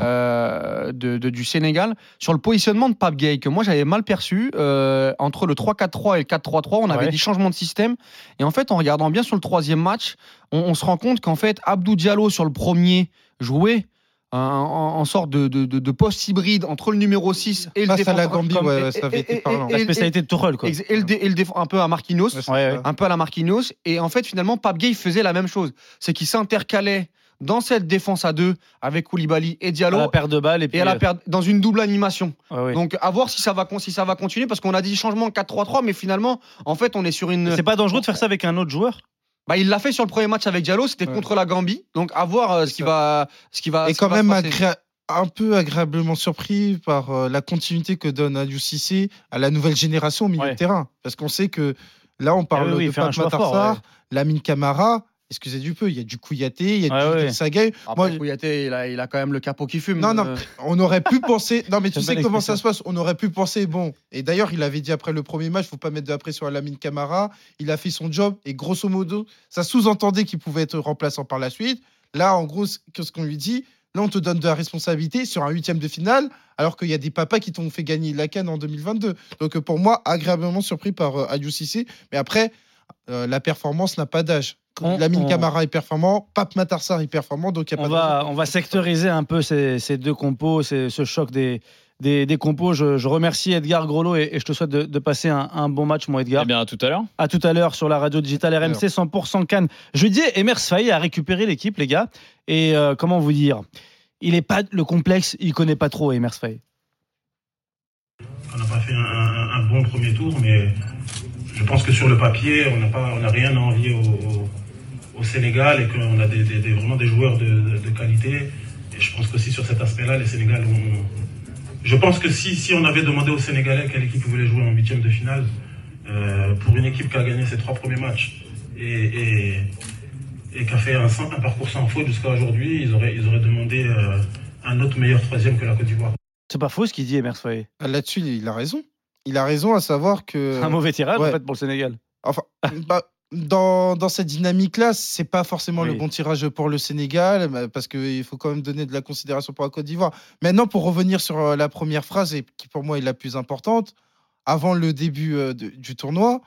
S5: euh, euh, de- de- du Sénégal sur le positionnement de Pape Gay que moi j'avais mal perçu euh, entre le 3-4-3 et le 4-3-3 on avait
S3: Ouais.
S5: dit changement de système et en fait en regardant bien sur le troisième match on, on se rend compte qu'en fait Abdou Diallo sur le premier jouait un- en, en sorte de, de- de- de poste hybride entre le numéro 6 et le
S4: Face à la
S5: défenseur.
S4: Gambie,
S5: Comme-
S4: ouais,
S5: et-
S4: ça avait
S5: et-
S4: été
S5: et-
S4: parlant.
S5: et-
S3: La
S5: et-
S3: spécialité de Tourelle, quoi.
S5: Ex- Et le, dé- et le déf- un peu à Marquinhos,
S4: Ouais, c'est
S3: Ouais,
S4: ça.
S3: ouais.
S5: un peu à la Marquinhos. Et en fait, finalement, Pape Gay faisait la même chose. C'est qu'il s'intercalait dans cette défense à deux avec Koulibaly et
S3: À
S5: Diallo.
S3: la perte de balle et puis.
S5: et à la
S3: euh,
S5: perte, dans une double animation.
S3: Ah ouais, ouais.
S5: Donc, à voir si ça va, con- si ça va continuer, parce qu'on a dit changement 4-3-3, mais finalement, en fait, on est sur une.
S3: C'est pas dangereux de faire ça avec un autre joueur
S5: Bah, il l'a fait sur le premier match avec Diallo, c'était
S4: Ouais.
S5: contre la Gambie. Donc à voir euh, ce qui va, ce qui va.
S4: Et
S5: ce
S4: quand
S5: qui va se
S4: même
S5: passer.
S4: agré- un peu agréablement surpris par euh, la continuité que donne Aliou Cissé à la nouvelle génération au milieu
S3: Ouais.
S4: de terrain. Parce qu'on sait que là, on parle
S3: Ah oui, oui, il
S4: de
S3: fait un
S4: Pat
S3: choix fort,
S4: Matarsar,
S3: ouais.
S4: Lamine Camara. Excusez du peu, il y a du Kouyaté, il y a
S3: Ouais,
S4: du
S3: ouais.
S4: Idriss Sagaï.
S5: Après,
S4: Moi,
S5: Kouyaté, il a, il a quand même le capot qui fume.
S4: Non, non,
S5: Euh,
S4: on aurait pu penser. Non, mais tu
S3: J'aime
S4: sais
S3: bien
S4: comment ça se passe. On aurait pu penser, bon. Et d'ailleurs, il avait dit après le premier match, faut pas mettre de la pression à Lamine Camara. Il a fait son job. Et grosso modo, ça sous-entendait qu'il pouvait être remplaçant par la suite. Là, en gros, ce que- ce qu'on lui dit, là, on te donne de la responsabilité sur un huitième de finale, alors qu'il y a des papas qui t'ont fait gagner la canne en 2022. Donc, euh, pour moi, agréablement surpris par euh, Aliou Cissé. Mais après, euh, la performance n'a pas d'âge.
S3: On-
S4: Lamine
S3: on-
S4: Camara est performant, Pape Matarsar est performant, donc il n'y a
S3: On
S4: pas de
S3: va,
S4: raison.
S3: on va sectoriser un peu ces, ces deux compos, ces- ce choc des, des, des compos. Je, je remercie Edgar Grolot et, et je te souhaite de, de passer un, un bon match, mon Edgar.
S7: Eh bien, à tout à l'heure.
S3: À tout à l'heure sur la radio digitale RMC 100% Cannes. Jeudi, Emers Faye a récupéré l'équipe, les gars. Et euh, comment vous dire il est pas le complexe, il connaît pas trop Emers Faye.
S8: On n'a pas fait un, un- un bon premier tour, mais je pense que sur le papier, on n'a pas, on n'a rien à envier au, au- au Sénégal et qu'on a des, des- des- vraiment des joueurs de, de- de qualité. Et je pense qu'aussi sur cet aspect-là, les Sénégal ont. ont- Je pense que si, si on avait demandé aux Sénégalais quelle équipe ils voulaient jouer en huitième de finale, euh, pour une équipe qui a gagné ses trois premiers matchs et, et- et qui a fait un, sans- un parcours sans faute jusqu'à aujourd'hui, ils auraient, ils auraient demandé euh, un autre meilleur troisième que la Côte d'Ivoire.
S3: C'est pas faux ce qu'il dit Emers Faye.
S4: Là-dessus, il a raison. Il a raison à savoir que.
S3: Un mauvais tirage
S4: ouais.
S3: en fait pour le Sénégal.
S4: Enfin, bah, dans, dans cette dynamique-là, c'est pas forcément le
S3: Oui.
S4: bon tirage pour le Sénégal, bah, parce qu'il faut quand même donner de la considération pour la Côte d'Ivoire. Maintenant, pour revenir sur euh, la première phrase, et qui pour moi est la plus importante, avant le début euh, de- du tournoi,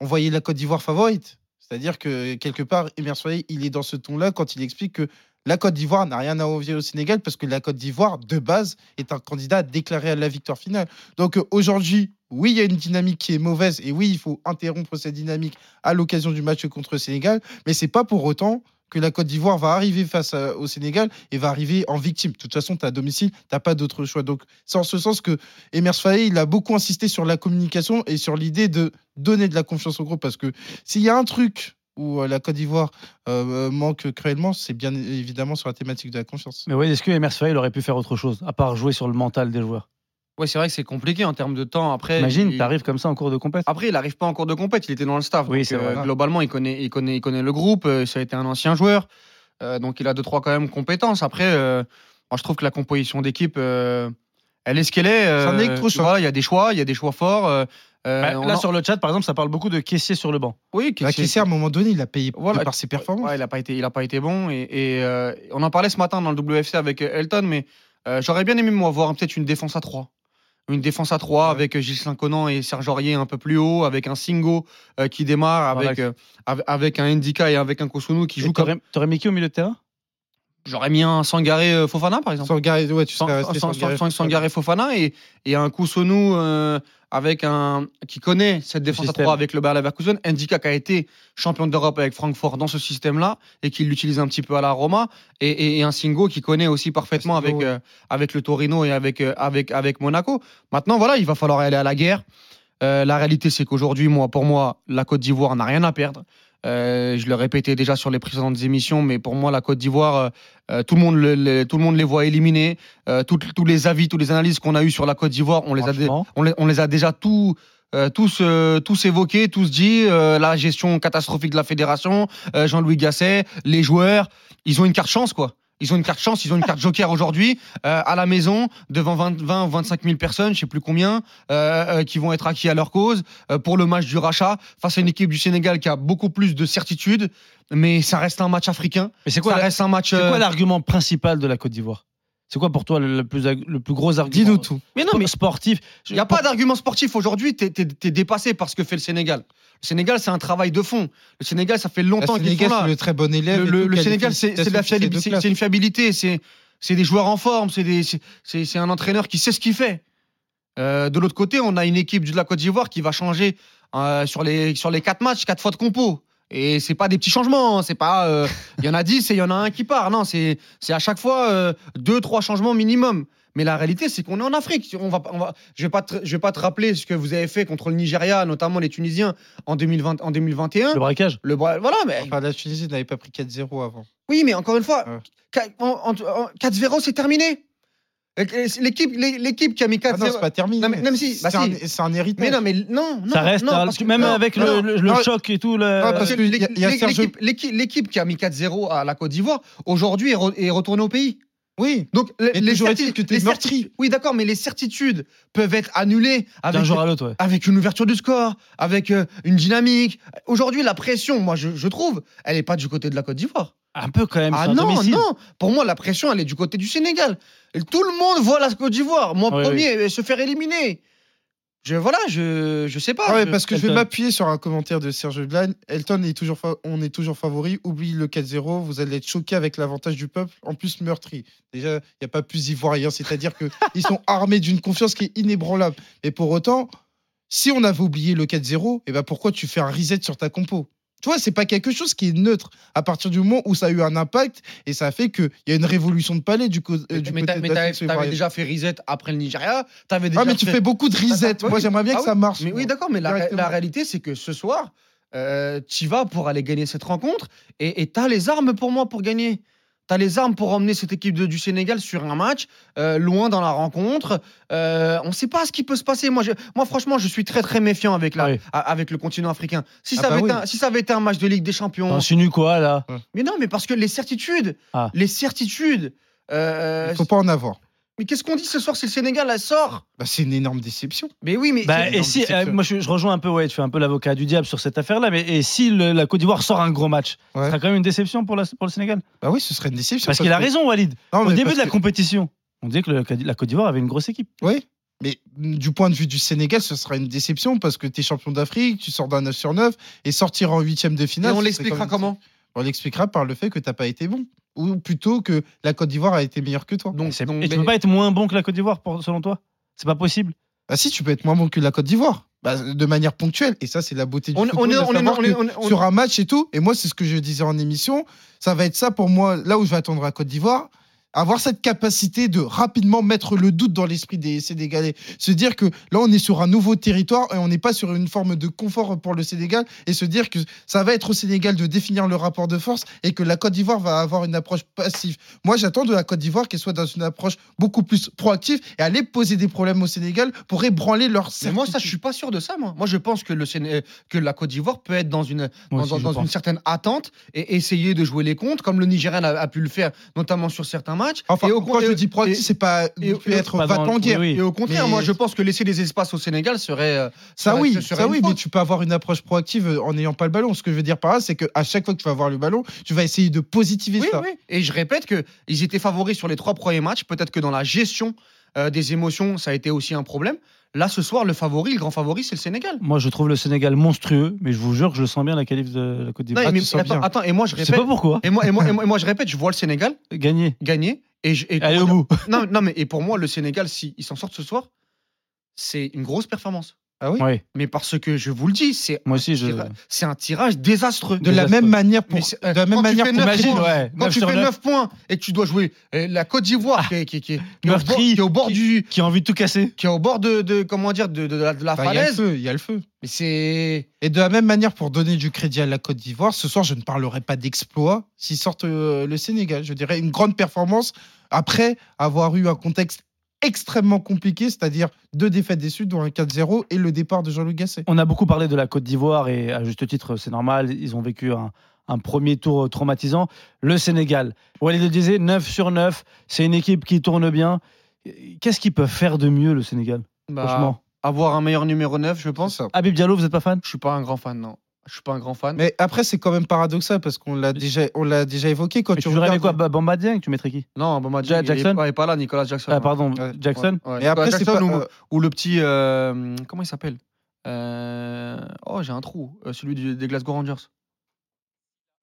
S4: on voyait la Côte d'Ivoire favorite. C'est-à-dire que quelque part, Emer Soyer, il est dans ce ton-là quand il explique que la Côte d'Ivoire n'a rien à envier au Sénégal parce que la Côte d'Ivoire, de base, est un candidat déclaré à la victoire finale. Donc euh, aujourd'hui, oui, il y a une dynamique qui est mauvaise et oui, il faut interrompre cette dynamique à l'occasion du match contre le Sénégal, mais c'est pas pour autant que la Côte d'Ivoire va arriver face à- au Sénégal et va arriver en victime. De toute façon, tu à domicile, tu pas d'autre choix. Donc c'est en ce sens que Emers Faye, il a beaucoup insisté sur la communication et sur l'idée de donner de la confiance au groupe parce que s'il y a un truc où euh, la Côte d'Ivoire euh, manque cruellement, c'est bien évidemment sur la thématique de la confiance.
S3: Mais ouais, est-ce que Emers Faye il aurait pu faire autre chose à part jouer sur le mental des joueurs
S5: Ouais, c'est vrai que c'est compliqué en termes de temps. Après,
S3: Imagine,
S5: il-
S3: t'arrives comme ça en cours de compétition.
S5: Après, il n'arrive pas en cours de compète, il était dans le staff.
S3: Oui,
S5: donc, euh,
S3: c'est vrai.
S5: globalement, il connaît, il, connaît, il connaît le groupe, euh, ça a été un ancien joueur. euh, donc, il a deux, trois quand même compétences. Après, euh, moi, je trouve que la composition d'équipe, euh, elle est ce qu'elle est.
S4: C'est un
S5: euh,
S4: électrochoc.
S5: tu vois, Il y a des choix, il y a des choix forts. euh, euh,
S3: Bah,
S5: on
S3: là
S5: en-
S3: sur le chat par exemple, ça parle beaucoup de caissier sur le banc.
S5: Oui, qui-
S4: La Kessié, Bah, à un moment donné, il a payé
S5: Voilà.
S4: par ses performances.
S5: Ouais, il n'a pas été, il a pas été bon. Et, et, euh, on en parlait ce matin dans le WFC avec euh, Elton, mais euh, j'aurais bien aimé moi voir peut-être une défense à 3 une défense à 3 avec euh, Ghislain Conan et Serge Aurier un peu plus haut, avec un Singo euh, qui démarre,
S3: Voilà.
S5: avec, euh, av- avec un Indika et avec un Kosunu qui
S3: Et
S5: joue comme.
S3: T'aurais t'aurais mis qui au milieu de terrain
S5: J'aurais mis un Sangaré euh, Fofana par exemple.
S4: Sans Gareth- ouais, tu
S5: Sans-
S4: serais resté
S5: sans-
S4: sans Gareth.
S5: sans- sans Gareth Fofana et, et un Koussounou euh, avec un qui connaît cette défense à
S3: système.
S5: 3 avec le Bayer Leverkusen, Indica qui a été champion d'Europe avec Francfort dans ce système-là et qui l'utilise un petit peu à la Roma et, et- et un Singo qui connaît aussi parfaitement
S4: Singo,
S5: avec
S4: ouais.
S5: euh, avec le Torino et avec euh, avec avec Monaco. Maintenant voilà, il va falloir aller à la guerre. Euh, la réalité, c'est qu'aujourd'hui, moi, pour moi, la Côte d'Ivoire n'a rien à perdre. Euh, je le répétais déjà sur les précédentes émissions, mais pour moi, la Côte d'Ivoire, euh, euh, tout, le monde le- le- tout le monde les voit éliminés. Euh, tout- tous les avis, toutes les analyses qu'on a eues sur la Côte d'Ivoire, on, les a dé-
S3: Franchement.
S5: on, les, on les a déjà tous. euh, tous, euh, tous évoqués, tous dit, euh, la gestion catastrophique de la fédération, euh, Jean-Louis Gasset, les joueurs, ils ont une carte chance, quoi. Ils ont une carte chance, ils ont une carte joker aujourd'hui, euh, à la maison, devant 20, 20 ou 25 000 personnes, je sais plus combien, euh, euh, qui vont être acquis à leur cause euh, pour le match du rachat face à une équipe du Sénégal qui a beaucoup plus de certitude, mais ça reste un match africain.
S3: Mais c'est quoi
S5: ça
S3: la-
S5: reste un match.
S3: C'est
S5: euh,
S3: quoi l'argument principal de la Côte d'Ivoire C'est quoi pour toi le, le plus, ag- le plus gros argument
S4: Dis-nous tout.
S5: Mais non, mais
S3: sportif.
S5: il n'y a pas d'argument sportif aujourd'hui. T'es t'es- t'es dépassé par ce que fait le Sénégal. Le Sénégal, c'est un travail de fond. Le Sénégal, ça fait
S4: Le
S5: longtemps qu'ils
S4: Sénégal,
S5: sont là.
S4: c'est le très bon élève.
S5: Le,
S4: et
S5: le-
S4: tout, qui
S5: le
S4: a des
S5: Sénégal, c'est c'est de la
S4: félicitations pour ces deux
S5: fiabilité, c'est- c'est
S4: clubs.
S5: une fiabilité, c'est c'est des joueurs en forme, c'est des- c'est- c'est- c'est un entraîneur qui sait ce qu'il fait. Euh, de l'autre côté, on a une équipe de la Côte d'Ivoire qui va changer euh, sur les sur les quatre matchs, quatre fois de compo. Et c'est pas des petits changements, hein, c'est pas euh, il y en a dix et il y en a un qui part. Non, c'est c'est à chaque fois euh, deux trois changements minimum. Mais la réalité, c'est qu'on est en Afrique. On va, on va, je ne vais, pas te- je vais pas te rappeler ce que vous avez fait contre le Nigeria, notamment les Tunisiens, en, 2020, en 2021.
S3: Le braquage
S5: Le, bra- voilà, mais
S4: Enfin, Ah, la Tunisie n'avait pas pris 4-0 avant.
S5: oui, mais encore une fois,
S4: Ouais.
S5: Ka- en- en- en- 4-0, c'est terminé. L'équipe l'é- l'équipe qui a mis 4-0.
S4: Ah non, c'est pas terminé.
S5: Non, mais- non, mais si, bah
S4: c'est un,
S5: si.
S4: c'est un héritage.
S5: mais non, mais non, non.
S3: Ça reste,
S5: non,
S3: hein,
S5: parce que-
S3: même
S5: non,
S3: avec
S5: non,
S3: le, le- le
S5: non,
S3: choc et tout. Le...
S4: Ah, parce
S5: parce
S4: que
S5: que
S4: il y a- il y a
S5: l'équipe-
S4: Serge-
S5: l'équipe- l'équipe l'équipe qui a mis 4-0 à la Côte d'Ivoire, aujourd'hui, est, re- est retournée au pays.
S4: Oui,
S5: Donc, le-
S4: Mais toujours est-il
S5: certi-
S4: que t'es
S5: les
S4: meurtri.
S5: certi- Oui, d'accord, mais les certitudes peuvent être annulées avec,
S3: D'un jour à l'autre, ouais.
S5: avec une ouverture du score, avec euh, une dynamique. Aujourd'hui, la pression, moi, je, je trouve, elle n'est pas du côté de la Côte d'Ivoire.
S3: Un peu quand même.
S5: Ah
S3: c'est un
S5: non,
S3: domicile.
S5: non Pour moi, la pression, elle est du côté du Sénégal. Et Tout le monde voit la Côte d'Ivoire, moi
S3: Oui,
S5: premier,
S4: euh,
S5: et se faire éliminer. Je, voilà, je, je sais pas.
S4: Ah ouais,
S5: je-
S4: parce que je vais
S3: Elton.
S4: m'appuyer sur un commentaire de Serge Blagne. Elton est toujours fa- on est toujours favori. Oublie le 4-0, vous allez être choqué avec l'avantage du peuple, en plus meurtri. Déjà, il n'y a pas plus ivoirien, c'est-à-dire que ils sont armés d'une confiance qui est inébranlable. Mais pour autant, si on avait oublié le 4-0, et ben pourquoi tu fais un reset sur ta compo Tu vois, c'est pas quelque chose qui est neutre à partir du moment où ça a eu un impact et ça a fait qu'il y a une révolution de palais du, co- euh, du
S5: mais
S4: côté
S5: t'as-
S4: de
S5: mais
S4: la
S5: t'avais
S4: section
S5: t'avais
S4: ivoirienne.
S5: déjà fait reset après le Nigeria. T'avais déjà
S4: Ah, mais tu
S5: fait-
S4: fais beaucoup de resets.
S5: Ah,
S4: Moi,
S5: oui.
S4: j'aimerais bien
S5: Ah
S4: que ça
S5: oui.
S4: marche.
S5: Mais oui,
S4: moi.
S5: d'accord, mais la,
S4: Directement.
S5: la réalité, c'est que ce soir, euh, tu vas pour aller gagner cette rencontre et et t'as les armes pour moi pour gagner. T'as les armes pour emmener cette équipe de- du Sénégal sur un match, euh, loin dans la rencontre. Euh, on ne sait pas ce qui peut se passer. Moi, je- moi, franchement, je suis très, très méfiant avec, la,
S3: Ah oui.
S5: a- avec le continent africain. Si,
S4: Ah
S5: ça
S4: bah
S5: avait
S4: oui.
S5: été un, si ça avait été un match de Ligue des Champions.
S3: T'insinues quoi, là
S5: Mais non, mais parce que les certitudes.
S3: Ah.
S5: Les certitudes. euh,
S4: Il faut pas en avoir.
S5: Mais qu'est-ce qu'on dit ce soir si le Sénégal elle sort
S4: Bah, c'est une énorme déception.
S5: Mais oui, mais.
S3: Bah,
S4: c'est-
S3: et
S4: non,
S3: si,
S4: mais c'est
S3: euh,
S4: que-
S3: moi je, je rejoins un peu, ouais, je fais un peu l'avocat du diable sur cette affaire-là, mais et si le- la Côte d'Ivoire sort un gros match,
S4: Ouais.
S3: ça sera quand même une déception pour, la- pour le Sénégal.
S4: Bah oui, ce serait une déception.
S3: Parce qu'il a
S4: que-
S3: raison, Walid.
S4: Non,
S3: Au
S4: mais
S3: début
S4: parce
S3: de la
S4: que-
S3: compétition, on disait que le- la Côte d'Ivoire avait une grosse équipe.
S4: Oui. Mais mm, du point de vue du Sénégal, ce sera une déception parce que tu es champion d'Afrique, tu sors d'un 9 sur 9 et sortir en huitième de
S5: Et
S4: finale.
S5: on
S4: ce serait
S5: l'expliquera
S4: quand même-
S5: comment
S4: On l'expliquera par le fait que t'as pas été bon. Ou plutôt que la Côte d'Ivoire a été meilleure que toi.
S3: Et,
S5: Donc,
S3: c'est-
S5: donc,
S3: et tu
S5: mais-
S3: peux pas être moins bon que la Côte d'Ivoire, pour- selon toi C'est pas possible.
S4: Ah si, tu peux être moins bon que la Côte d'Ivoire. Bah, de manière ponctuelle. Et ça, c'est la beauté du
S5: On,
S4: football,
S5: on est,
S4: de
S5: on est-
S4: savoir
S5: on
S4: que
S5: est- on est- on-
S4: sur un match et tout. Et moi, c'est ce que je disais en émission. Ça va être ça pour moi, là où je vais attendre la Côte d'Ivoire. Avoir cette capacité de rapidement mettre le doute dans l'esprit des Sénégalais. Se dire que là, on est sur un nouveau territoire et on n'est pas sur une forme de confort pour le Sénégal. Et se dire que ça va être au Sénégal de définir le rapport de force et que la Côte d'Ivoire va avoir une approche passive. Moi, j'attends de la Côte d'Ivoire qu'elle soit dans une approche beaucoup plus proactive et aller poser des problèmes au Sénégal pour ébranler leur
S5: Mais moi, ça, je suis pas sûr de ça, moi. Moi, je pense que, le Séné- que la Côte d'Ivoire peut être dans une,
S3: Moi
S5: dans,
S3: aussi,
S5: dans-
S3: je
S5: dans une
S3: pense.
S5: certaine attente et essayer de jouer les comptes, comme le Nigérian a, a pu le faire, notamment sur certains matchs.
S4: Enfin,
S5: et au,
S4: quand
S5: et-
S4: je dis
S5: et-
S4: proactif, c'est pas
S5: et-
S4: non plus
S5: et-
S4: être
S3: pas dans-
S4: va en guerre.
S3: oui, oui.
S5: et au contraire,
S4: Mais-
S5: moi, je pense que laisser des espaces au Sénégal serait. euh,
S4: Ça
S5: serait-
S4: oui,
S5: serait
S4: ça
S5: une
S4: oui,
S5: faute.
S4: mais tu peux avoir une approche proactive euh, en n'ayant pas le ballon. Ce que je veux dire par là, c'est que à chaque fois que tu vas avoir le ballon, tu vas essayer de positiver
S5: Oui,
S4: ça.
S5: oui. Et je répète que ils étaient favoris sur les trois premiers matchs. Peut-être que dans la gestion euh, des émotions, ça a été aussi un problème. Là, ce soir, le favori, le grand favori, c'est le Sénégal.
S3: Moi, je trouve le Sénégal monstrueux, mais je vous jure que je le sens bien la qualif de la Côte d'Ivoire.
S5: Non,
S4: Ah,
S5: mais-
S4: tu sens
S5: attends,
S4: bien.
S5: attends, et moi, je
S3: je sais pas
S5: répète.
S3: pourquoi.
S5: Et moi, et, moi, et, moi, et moi, je répète, je vois le Sénégal
S3: Gagner.
S5: gagner. Et je, et-
S3: Aller au bout.
S5: Non, non, mais et pour moi, le Sénégal, s'ils s'en sortent ce soir, c'est une grosse performance.
S3: Ouais.
S5: Mais parce que je vous le dis, c'est
S3: Moi aussi, je.
S5: tira- c'est un tirage désastreux.
S4: De la
S3: Désastreux.
S4: même manière pour,
S5: Mais c'est- euh,
S4: de la même
S5: quand tu
S4: manière
S5: fais
S4: pour
S5: neuf
S4: Imagine,
S5: points,
S4: ouais.
S3: ouais.
S5: Quand
S3: neuf
S5: tu
S3: sur
S5: fais
S3: neuf,
S5: 9 points et que tu dois jouer euh, la Côte d'Ivoire qui, est- qui est- qui est- qui est au bord-
S3: Meurtri.
S5: qui est au bord du
S3: qui a envie de tout casser.
S5: qui est au bord de, de- comment dire de, de la, de la
S4: Bah, Il y a le
S5: falaise.
S4: feu, il y a le feu.
S5: Mais c'est
S4: Et de la même manière pour donner du crédit à la Côte d'Ivoire, ce soir je ne parlerai pas d'exploit s'ils sortent euh, le Sénégal. Je dirais une grande performance après avoir eu un contexte extrêmement compliqué, c'est-à-dire deux défaites des Suds, dont un 4-0 et le départ de Jean-Louis Gasset.
S3: On a beaucoup parlé de la Côte d'Ivoire et à juste titre, c'est normal, ils ont vécu un, un premier tour euh, traumatisant. Le Sénégal, Walid le disait, 9 sur 9, c'est une équipe qui tourne bien. Qu'est-ce qu'ils peuvent faire de mieux, le Sénégal
S5: bah,
S3: Franchement.
S5: avoir un meilleur numéro 9, je pense.
S4: ça.
S3: Habib Diallo, vous n'êtes pas fan
S5: Je suis pas un grand fan, non. Je suis pas un grand fan.
S4: Mais après, c'est quand même paradoxal parce qu'on l'a déjà, on l'a déjà évoqué quand
S3: Mais
S4: tu
S3: Tu voudrais
S4: regardes.
S3: quoi Ba- Bamba Dieng Tu mettrais qui
S5: Non, Bamba
S3: Ja-
S5: Dieng, il est
S3: Jackson
S5: pas- il est pas là, Nicolas Jackson.
S3: Ah,
S5: non.
S3: Pardon,
S4: Ouais.
S3: Jackson
S5: Ouais,
S4: Mais après,
S5: Nicolas
S4: c'est
S5: Jackson
S4: pas.
S5: ou-
S4: euh,
S5: ou le petit euh, comment il s'appelle Euh, oh j'ai un trou Euh, celui du- des Glasgow Rangers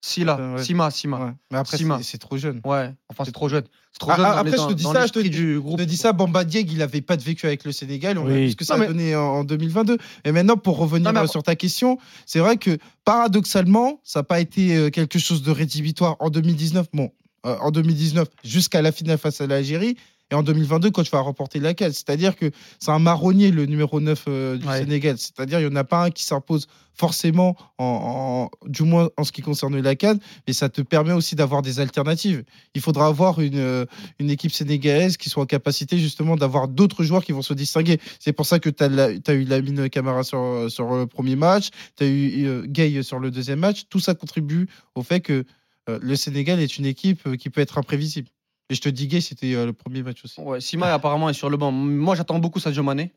S5: Silla
S4: Euh, ouais.
S5: Sima Sima ouais,
S4: ouais. Mais après,
S5: Sima.
S4: c'est- c'est trop jeune.
S5: enfin c'est trop jeune c'est trop
S4: Ah,
S5: jeune
S4: ah,
S5: dans
S4: après,
S5: les-
S4: je te
S5: dans-
S4: dis
S5: dans
S4: ça, je te
S5: l'esprit
S4: dis-
S5: du
S4: On
S5: groupe
S4: a dit ça, Bamba Dieng, il n'avait pas de vécu avec le Sénégal. On a
S3: Oui.
S4: vu ce que ça
S5: Non,
S4: a
S5: mais-
S4: donné en, en 2022. Et maintenant, pour revenir
S5: Non, mais
S4: euh,
S5: après-
S4: sur ta question, c'est vrai que paradoxalement, ça n'a pas été euh, quelque chose de rédhibitoire en 2019. Bon, euh, en 2019, jusqu'à la finale face à l'Algérie. Et en 2022, coach va remporter laquelle C'est-à-dire que c'est un marronnier, le numéro 9 euh, du
S3: Ouais.
S4: Sénégal. C'est-à-dire il n'y en a pas un qui s'impose forcément, en, en- du moins en ce qui concerne la Cannes, mais ça te permet aussi d'avoir des alternatives. Il faudra avoir une, euh, une équipe sénégalaise qui soit en capacité justement d'avoir d'autres joueurs qui vont se distinguer. C'est pour ça que tu as, eu Lamine Camara sur, sur le premier match, tu as eu euh, Gay sur le deuxième match. Tout ça contribue au fait que euh, le Sénégal est une équipe euh, qui peut être imprévisible. Et je te dis, Gay, c'était euh, le premier match aussi.
S5: Ouais, Sima apparemment est sur le banc. Moi j'attends beaucoup Sadio Mané,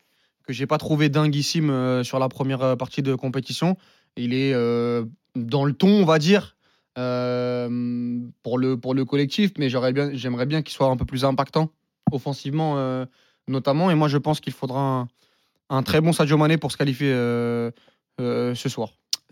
S5: que j'ai pas trouvé dinguissime euh, sur la première euh, partie de compétition. Il est euh, dans le ton, on va dire, euh, pour, le, pour le collectif, mais j'aurais bien, j'aimerais bien qu'il soit un peu plus impactant, offensivement euh, notamment. Et moi je pense qu'il faudra un, un très bon Sadio Mané pour se qualifier euh, euh, ce soir.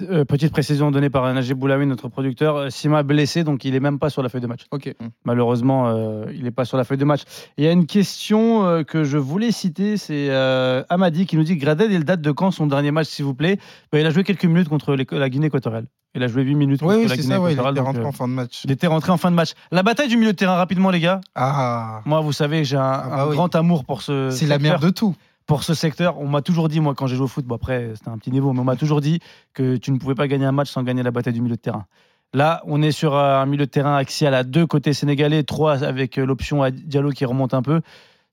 S3: Euh, petite précision donnée par Najib Boulaoui, notre producteur. Euh, Sima blessé, donc il est même pas sur la feuille de match.
S5: Ok.
S4: Mm.
S3: Malheureusement, euh, il n'est pas sur la feuille de match. Il y a une question euh, que je voulais citer, c'est euh, Amadi qui nous dit Gradel, il date de quand son dernier match, s'il vous plaît Ben, Il a joué quelques minutes contre les- la Guinée équatoriale. Il a joué 8 minutes
S4: Oui,
S3: contre
S4: oui,
S3: la
S4: c'est
S3: Guinée
S4: ça, ouais, il
S3: équatoriale.
S4: était
S3: donc,
S4: rentré
S3: euh,
S4: en fin de match.
S3: il était rentré en fin de match. La bataille du milieu de terrain, rapidement, les gars.
S4: Ah,
S3: Moi, vous savez, j'ai un,
S4: bah
S3: un
S4: oui.
S3: grand amour pour ce.
S4: c'est la
S3: secteur
S4: merde de tout.
S3: pour ce secteur, on m'a toujours dit, moi, quand j'ai joué au foot, bon, après, c'était un petit niveau, mais on m'a toujours dit que tu ne pouvais pas gagner un match sans gagner la bataille du milieu de terrain. Là, on est sur euh, un milieu de terrain axial à deux côtés sénégalais, trois avec euh, l'option à Diallo qui remonte un peu.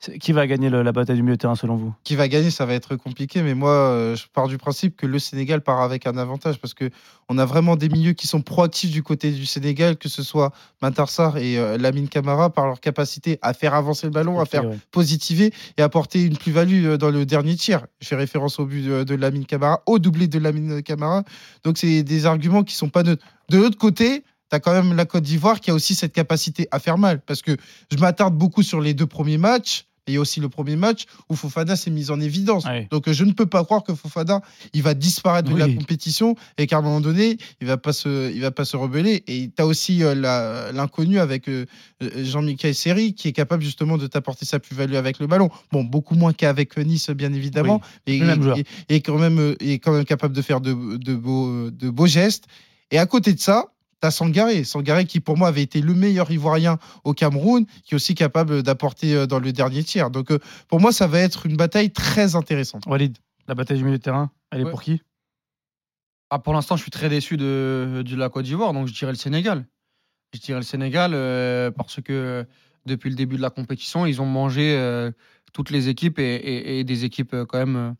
S3: C'est- Qui va gagner le- la bataille du milieu de terrain selon vous
S4: Qui va gagner, ça va être compliqué, mais moi, euh, je pars du principe que le Sénégal part avec un avantage parce que on a vraiment des milieux qui sont proactifs du côté du Sénégal, que ce soit Matarsar et euh, Lamine Camara, par leur capacité à faire avancer le ballon, à faire
S3: Ouais.
S4: positiver et apporter une plus-value euh, dans le dernier tir. Je fais référence au but euh, de, de Lamine Camara, au doublé de Lamine Camara. Donc, c'est des arguments qui sont pas neutres. De l'autre côté, tu as quand même la Côte d'Ivoire qui a aussi cette capacité à faire mal. Parce que je m'attarde beaucoup sur les deux premiers matchs. Et il y a aussi le premier match où Fofana s'est mis en évidence.
S3: Ah oui.
S4: Donc euh, je ne peux pas croire que Fofana il va disparaître de
S3: Oui.
S4: la compétition et qu'à un moment donné il va pas se il va pas se rebeller. Et tu as aussi euh, la- l'inconnu avec euh, euh, Jean-Michel Seri qui est capable justement de t'apporter sa plus-value avec le ballon. Bon, beaucoup moins qu'avec Nice, bien évidemment,
S3: le même joueur.
S4: et, et, et quand même, euh, et quand même capable de faire de, de beaux, de beaux gestes. Et à côté de ça, tu as Sangaré. Sangaré qui, pour moi, avait été le meilleur Ivoirien au Cameroun, qui est aussi capable d'apporter euh, dans le dernier tiers. Donc, euh, pour moi, ça va être une bataille très intéressante.
S3: Walid, la bataille du milieu de terrain, elle est
S5: Ouais.
S3: pour qui
S5: Ah, pour l'instant, je suis très déçu de, de la Côte d'Ivoire, donc je dirais le Sénégal. Je dirais le Sénégal euh, parce que euh, depuis le début de la compétition, ils ont mangé euh, toutes les équipes et, et- et des équipes euh, quand même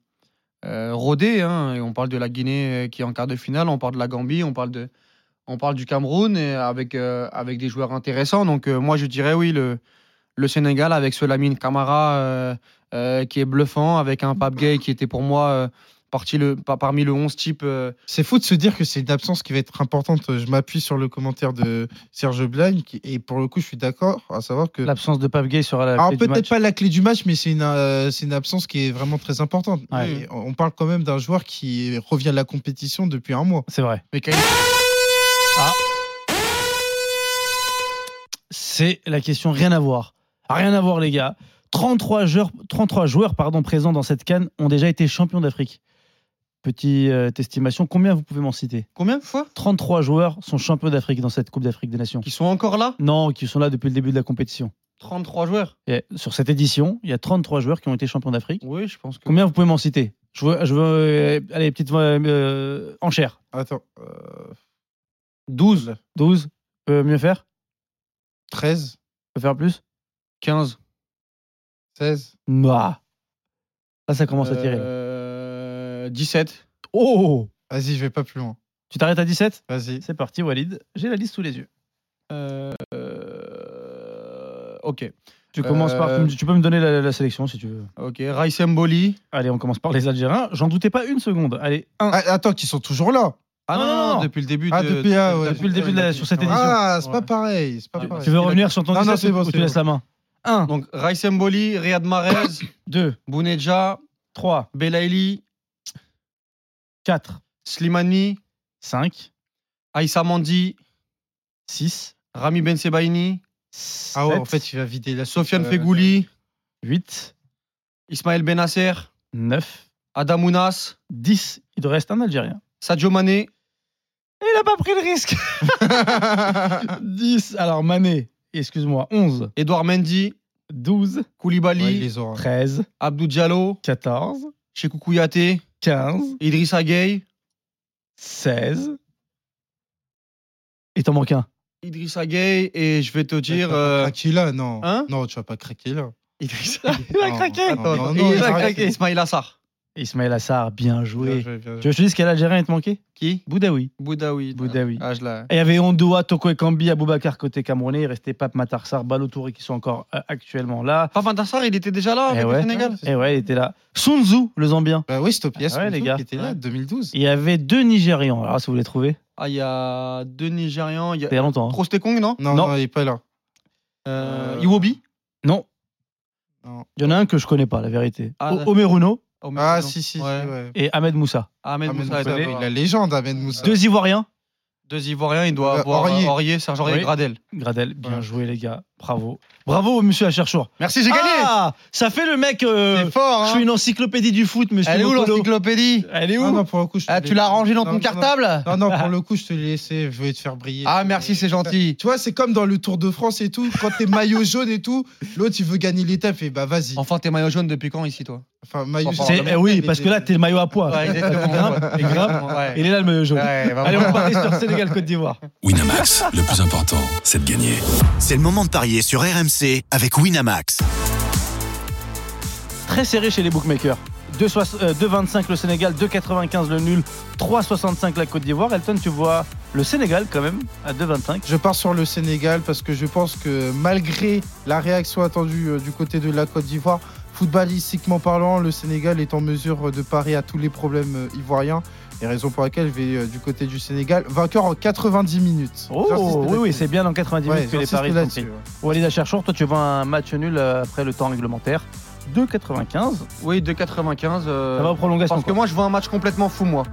S5: euh, rodées. hein. Et on parle de la Guinée euh, qui est en quart de finale, on parle de la Gambie, on parle, de, on parle du Cameroun et avec, euh, avec des joueurs intéressants. Donc euh, moi, je dirais oui, le, le Sénégal avec ce Lamine Camara euh, euh, qui est bluffant, avec un Pape Gay qui était pour moi euh, parti le, par- parmi le 11 type. euh,
S4: C'est fou de se dire que c'est une absence qui va être importante. Je m'appuie sur le commentaire de Serge Blagne, qui- et pour le coup, je suis d'accord, à savoir que
S3: L'absence de Pape Gay sera la
S4: Alors
S3: clé du
S4: peut-être
S3: match.
S4: pas la clé du match, mais c'est une, euh, c'est une absence qui est vraiment très importante.
S3: Ouais.
S4: Et On parle quand même d'un joueur qui revient à la compétition depuis un mois.
S3: C'est vrai. Ah.
S5: mais qui a une-
S3: C'est la question, rien à voir. Rien à voir, les gars. 33 joueurs, 33 joueurs pardon, présents dans cette canne ont déjà été champions d'Afrique. Petite euh, estimation, combien vous pouvez m'en citer
S5: Combien de fois
S3: 33 joueurs sont champions d'Afrique dans cette Coupe d'Afrique des Nations.
S5: Qui sont encore là
S3: Non, qui sont là depuis le début de la compétition.
S5: 33 joueurs.
S3: Et sur cette édition, il y a 33 joueurs qui ont été champions d'Afrique.
S5: Oui, je pense que.
S3: Combien vous pouvez m'en citer je veux, je veux, euh, allez, petite euh, euh, enchère.
S4: Attends, euh,
S3: 12. 12. Peut euh, mieux faire
S4: 13,
S3: Peut faire plus
S5: 15.
S4: 16,
S3: Ouah. Là, Ah, ça commence à tirer. là.
S5: Euh, 17.
S3: Oh
S4: vas-y, je vais pas plus loin.
S3: Tu t'arrêtes à 17
S4: Vas-y.
S3: C'est parti, Walid. J'ai la liste sous les yeux.
S5: Euh, euh, ok.
S3: Tu commences par.
S5: Euh,
S3: Tu peux me donner la, la- la sélection si tu veux.
S5: Ok. Rice Mboli.
S3: Allez, on commence par les Algériens. J'en doutais pas une seconde. Allez, un.
S4: Ah, attends, qu'ils sont toujours là.
S5: Ah non,
S3: Non, non,
S5: non,
S3: non.
S5: depuis le début
S4: Ah,
S5: de.
S4: depuis, ah, ouais.
S3: Depuis le début de la- sur cette édition.
S4: Ah, c'est
S5: Ouais.
S4: pas pareil, c'est pas
S5: Tu-
S4: pareil.
S3: tu veux revenir sur ton
S4: Non, non,
S3: 17
S4: c'est bon,
S3: ou
S4: c'est
S3: tu laisses la main 1,
S5: Donc Rice Mboli, Riyad Mahrez,
S3: 2,
S5: Bouneja,
S3: 3,
S5: Belaïli,
S3: 4,
S5: Slimani,
S3: 5,
S5: Aïssa Mandi,
S3: 6,
S5: Rami Ben Sebaini,
S4: Ah ouais, en
S3: 7,
S4: fait, il va vider la
S5: Sofiane
S4: euh,
S5: Fegouli,
S3: 8,
S5: Ismaël Ben Benasser,
S3: 9,
S5: Adamounas,
S3: 10. Il te reste un Algérien.
S5: Sadio Mané,
S3: Il n'a pas pris le risque 10. Alors, Mané, excuse-moi, 11,
S5: Edouard Mendy,
S3: 12,
S5: Koulibaly,
S4: Ouais, il les aura.
S3: 13,
S5: Abdou Diallo,
S3: 14,
S5: Chekou Kouyaté,
S3: 15,
S5: Idrissa Gueye.
S3: 16. Il t'en manque un.
S5: Idrissa Gueye et je vais te
S4: Tu vas
S5: dire...
S4: pas
S5: euh,
S4: craquer là, non.
S5: hein
S4: non, tu vas pas craquer là.
S5: Idrissa...
S3: Il a
S4: Non,
S3: craqué.
S4: Ah non, non,
S5: Attends,
S4: non,
S5: il a
S4: arrête.
S5: craqué. Ismail Assar.
S3: Ismaël Assar, bien
S4: Bien
S3: joué.
S4: joué, bien
S3: Tu veux
S4: joué.
S3: que je te dise quel Algérien il te manquait
S5: Qui
S3: Boudaoui.
S5: Boudaoui.
S3: Boudaoui.
S5: Ah, je l'ai.
S3: Et il y avait Ondoa, Toko Ekambi, Aboubakar côté camerounais. Il restait Pape Matarsar, Balotouré qui sont encore euh, actuellement là.
S5: Papa Tarsar, il était déjà là
S3: Eh
S5: avec
S3: ouais.
S5: le Sénégal
S3: Et ouais, il était là. Sunzu, le Zambien.
S4: Bah oui, Stop, yes,
S3: Ah ouais, les gars.
S4: qui était là,
S5: Ouais.
S4: 2012.
S3: Il y avait deux Nigérians. Alors, si vous les trouvez,
S5: Ah, il y a deux Nigérians. Il y a
S3: c'était il y a longtemps. hein.
S5: Prostekong, non
S4: Non,
S3: Non.
S4: non, il est pas là.
S5: Euh,
S4: Euh,
S5: Iwobi
S3: Non,
S4: Non.
S3: il y en a un que je connais pas, la vérité.
S5: Ah,
S3: O-
S5: ouais.
S3: Omeruno
S5: Oh, mais
S4: Ah,
S5: non.
S4: si, si, si,
S5: Ouais.
S4: ouais.
S3: et Ahmed Moussa.
S5: Ahmed
S4: Ahmed
S5: Moussa,
S4: Moussa,
S5: il doit
S4: oui,
S5: avoir-
S4: la légende, Ahmed Moussa.
S3: Deux Ivoiriens.
S5: Deux Ivoiriens, il doit
S4: Euh,
S5: avoir
S4: Aurier.
S5: Aurier, Serge Aurier
S3: Oui.
S5: et Gradel.
S3: Gradel, bien
S4: Ouais.
S3: joué, les gars. Bravo. Bravo, monsieur Acherchour.
S5: Merci, j'ai gagné
S3: Ah, ça fait le mec. euh,
S5: C'est fort,
S3: Je suis
S5: hein
S3: une encyclopédie du foot, monsieur.
S5: Elle est où
S3: Mokolo.
S5: l'encyclopédie
S3: Elle est où
S4: Ah non, pour le coup, je te
S5: Ah,
S4: l'ai-
S5: Tu l'as rangée dans
S4: Non,
S5: ton
S4: non,
S5: cartable
S4: Non, non, pour le coup, je te l'ai laissé. Je voulais te faire briller.
S5: Ah, merci, c'est gentil.
S4: Tu vois, c'est comme dans le Tour de France et tout. Quand t'es maillot jaune et tout, l'autre, il veut gagner l'étape et bah vas-y.
S5: Enfin, t'es maillot jaune depuis quand ici, toi
S4: Enfin, maillot
S5: Enfin,
S4: jaune.
S3: C'est- eh oui, parce que là, t'es le maillot à poids.
S5: Ouais, exactement.
S3: Et grave,
S5: Ouais.
S3: Il est là, le maillot jaune.
S5: Ouais, vraiment.
S3: Allez, on part sur Sénégal-Côte d'Ivoire.
S9: Winamax, le plus important, c'est de gagner.
S10: C'est le moment de parier sur RMC avec Winamax.
S3: Très serré chez les bookmakers. 2,25 euh, 2,25 le Sénégal, 2,95 le nul, 3,65 la Côte d'Ivoire. Elton, tu vois le Sénégal quand même à 2,25.
S4: Je pars sur le Sénégal parce que je pense que malgré la réaction attendue euh, du côté de la Côte d'Ivoire, footballistiquement parlant, le Sénégal est en mesure euh, de parer à tous les problèmes euh, ivoiriens. Et raison pour laquelle je vais euh, du côté du Sénégal, vainqueur en 90 minutes. J'insiste
S3: Oh, oui,
S4: là-dessus.
S3: oui, c'est bien dans 90
S4: Ouais,
S3: minutes que les
S4: j'insiste
S3: paris sont
S4: là-dessus,
S3: pris.
S4: ouais.
S3: Walid Acharchour, toi, tu vois un match nul euh, après le temps réglementaire. 2,95.
S5: Oui, 2,95. euh,
S3: Ça va aux prolongations.
S5: Parce que
S3: quoi.
S5: moi, Euh, je vois un match complètement fou, moi.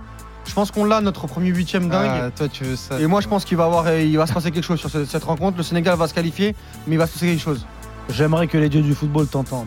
S5: Je pense qu'on l'a, notre premier huitième dingue.
S4: Ah, toi, tu veux ça.
S5: et moi, je pense qu'il va, avoir, euh, il va se passer quelque chose sur ce- cette rencontre. Le Sénégal va se qualifier, mais il va se passer quelque chose.
S3: J'aimerais que les dieux du football t'entendent.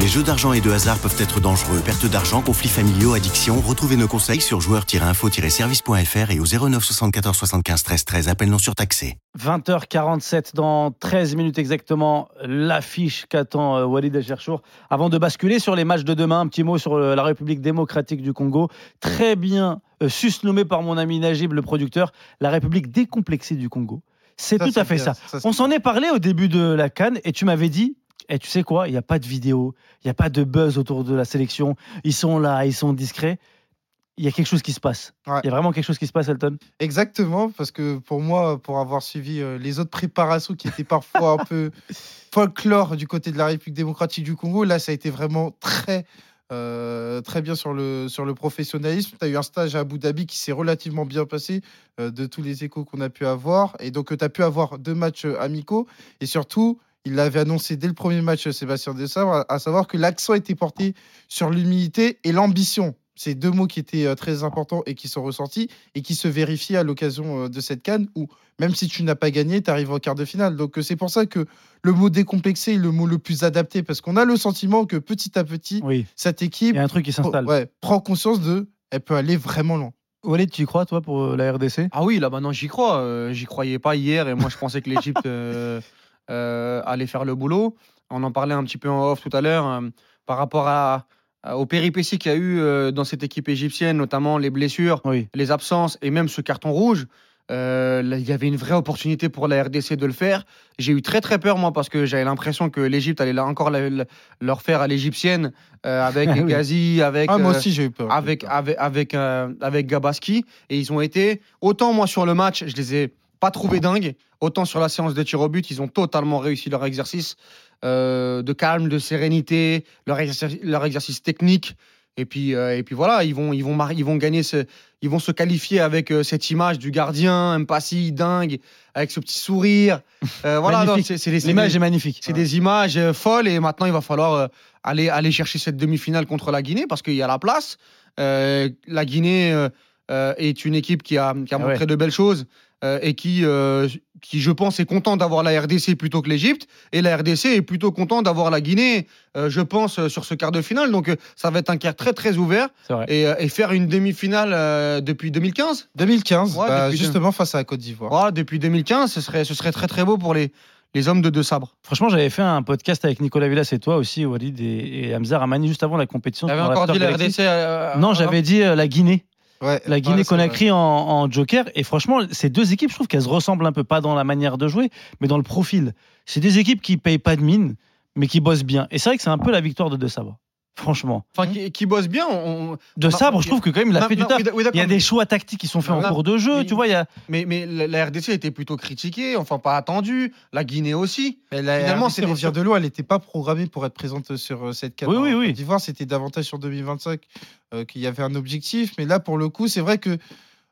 S10: Les jeux d'argent et de hasard peuvent être dangereux. Perte d'argent, conflits familiaux, addiction. Retrouvez nos conseils sur joueurs-info-service.fr et au 09 74 75 13 13. Appel non surtaxé.
S3: 20h47 dans 13 minutes exactement, l'affiche qu'attend euh, Walid Acherchour. Avant de basculer sur les matchs de demain, un petit mot sur euh, la République démocratique du Congo. Très bien euh, susnommé par mon ami Najib, le producteur, la République décomplexée du Congo. C'est tout à fait
S4: bien,
S3: ça. On s'en est parlé au début de la Cannes et tu m'avais dit, et tu sais quoi, il n'y a pas de vidéo, il n'y a pas de buzz autour de la sélection, ils sont là, ils sont discrets. Il y a quelque chose qui se passe. Il
S4: Ouais.
S3: y a vraiment quelque chose qui se passe, Elton.
S4: Exactement, parce que pour moi, pour avoir suivi euh, les autres préparations qui étaient parfois un peu folklore du côté de la République démocratique du Congo, là, ça a été vraiment très, euh, très bien sur le, sur le professionnalisme. Tu as eu un stage à Abu Dhabi qui s'est relativement bien passé euh, de tous les échos qu'on a pu avoir. Et donc, tu as pu avoir deux matchs euh, amicaux. Et surtout, il l'avait annoncé dès le premier match, euh, Sébastien Desabre, à- à savoir que l'accent était porté sur l'humilité et l'ambition. Ces deux mots qui étaient euh, très importants et qui sont ressortis et qui se vérifie à l'occasion euh, de cette canne où même si tu n'as pas gagné, tu arrives en quart de finale. Donc euh, c'est pour ça que le mot décomplexé est le mot le plus adapté parce qu'on a le sentiment que petit à petit,
S3: Oui.
S4: cette
S3: Il
S4: équipe
S3: y a un truc qui s'installe.
S4: ouais, prend conscience de elle peut aller vraiment loin.
S3: Walid, tu y crois, toi, pour euh, la RDC
S5: Ah oui, là maintenant j'y crois. Euh, j'y croyais pas hier et moi je pensais que l'Égypte euh, euh, allait faire le boulot. On en parlait un petit peu en off tout à l'heure euh, par rapport à, à- aux péripéties qu'il y a eu euh, dans cette équipe égyptienne, notamment les blessures,
S3: Oui.
S5: les absences et même ce carton rouge. Euh, là, il y avait une vraie opportunité pour la RDC de le faire. J'ai eu très très peur moi parce que j'avais l'impression que l'Égypte allait là encore la- la- leur faire à l'égyptienne euh, avec
S3: Ah oui.
S5: Ghazi, avec
S4: Ah, moi
S5: euh,
S4: aussi j'ai eu peur.
S5: avec, avec, avec, euh, avec Gabaski. Et ils ont été, autant moi sur le match, je les ai pas trouvés dingues, autant sur la séance de tir au but, ils ont totalement réussi leur exercice euh, de calme, de sérénité, leur, exercice- leur exercice technique. Et puis, euh, et puis voilà, ils vont, ils vont, mar- ils vont gagner, ce- ils vont se qualifier avec euh, cette image du gardien, Mpassi, dingue, avec ce petit sourire. Euh, voilà,
S3: Magnifique.
S5: non, c'est c'est des- c'est
S3: L'image
S5: des-
S3: est magnifique.
S5: c'est des images euh, folles et maintenant il va falloir euh, aller, aller chercher cette demi-finale contre la Guinée parce qu'il y a la place. Euh, la Guinée euh, euh, est une équipe qui a, qui a
S3: Ah
S5: montré
S3: ouais.
S5: de belles choses. euh, et qui, euh, qui, je pense, est content d'avoir la RDC plutôt que l'Égypte. Et la RDC est plutôt content d'avoir la Guinée, euh, je pense, euh, sur ce quart de finale. Donc euh, ça va être un quart très très ouvert.
S3: C'est vrai.
S5: Et, euh, et faire une demi-finale euh, depuis 2015
S4: 2015,
S5: Ouais,
S4: bah,
S5: depuis-
S4: justement face à la Côte d'Ivoire.
S5: Voilà, depuis 2015, ce serait, ce serait très très beau pour les, les hommes de deux sabres.
S3: Franchement, j'avais fait un podcast avec Nicolas Villas et toi aussi, Walid et, et Hamza Ramani, juste avant la compétition.
S5: T'avais
S3: dans
S5: encore
S3: l'After
S5: dit la
S3: Galactic.
S5: RDC euh,
S3: Non,
S5: avant
S3: j'avais dit euh, la Guinée.
S4: Ouais,
S3: La
S4: ouais, c'est vrai.
S3: Guinée-Conakry en, en joker. Et franchement, ces deux équipes, je trouve qu'elles se ressemblent un peu, pas dans la manière de jouer, mais dans le profil. C'est des équipes qui payent pas de mine, mais qui bossent bien. Et c'est vrai que c'est un peu la victoire de De Sabre. Franchement.
S5: Enfin, qui, qui bosse bien. on- on-
S3: De
S5: Non,
S3: Sabre, je
S5: Bah, il-
S3: trouve que quand même, il a
S5: Non,
S3: fait du
S5: non,
S3: taf.
S5: oui, d- oui,
S3: Il y a
S5: d'accord. Bah,
S3: des choix tactiques qui sont faits en
S5: Voilà.
S3: cours de jeu,
S5: Mais-
S3: tu vois. Il y a...
S5: Mais, mais la, la RDC était plutôt critiquée, enfin pas attendue. La Guinée aussi.
S4: Mais la
S5: Finalement,
S4: Finalement,
S5: c'est
S4: c'est
S5: des-
S4: revient de l'eau. Elle n'était pas programmée pour être présente sur euh, cette CAN.
S3: Oui,
S4: en
S3: oui, oui.
S4: Côte d'Ivoire, c'était davantage sur 2025 euh, qu'il y avait un objectif. Mais là, pour le coup, c'est vrai que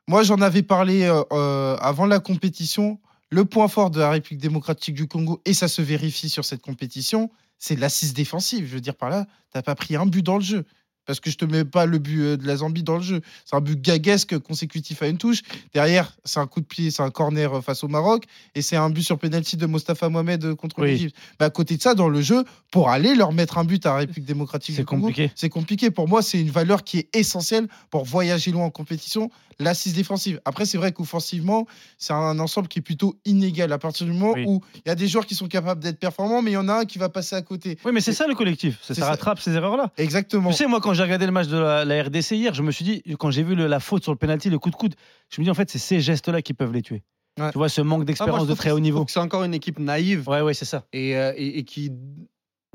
S4: moi, j'en avais parlé euh, euh, avant la compétition. Le point fort de la République démocratique du Congo, et ça se vérifie sur cette compétition, c'est l'assise défensive. Je veux dire par là, t'as pas pris un but dans le jeu. Parce que je te mets pas le but euh, de la Zambie dans le jeu. C'est un but gaguesque consécutif à une touche. Derrière, c'est un coup de pied, c'est un corner euh, face au Maroc. Et c'est un but sur penalty de Mostafa Mohamed euh, contre
S3: Oui.
S4: l'Égypte. Mais à côté de ça, dans le jeu, pour aller leur mettre un but à la République démocratique
S3: C'est
S4: du Congo,
S3: compliqué.
S4: c'est compliqué. Pour moi, c'est une valeur qui est essentielle pour voyager loin en compétition, l'assise défensive. Après, c'est vrai qu'offensivement, c'est un ensemble qui est plutôt inégal. À partir du moment
S3: Oui.
S4: où il y a des joueurs qui sont capables d'être performants, mais il y en a un qui va passer à côté.
S3: Oui, mais c'est ça le collectif. Ça,
S4: C'est
S3: ça
S4: ça.
S3: rattrape ces erreurs-là.
S4: Exactement.
S3: Tu sais, moi, quand j'ai regardé le match de la, la RDC hier, je me suis dit, quand j'ai vu le- la faute sur le penalty, le coup de coude, je me dis en fait, c'est ces gestes-là qui peuvent les tuer.
S4: Ouais.
S3: Tu vois, ce manque
S5: Ah, moi,
S3: d'expérience
S5: je
S3: de
S5: trouve
S3: très
S5: que-
S3: haut
S5: je trouve
S3: niveau.
S5: que C'est encore une équipe naïve.
S3: Ouais, ouais, c'est ça.
S5: et, euh, et- et qui,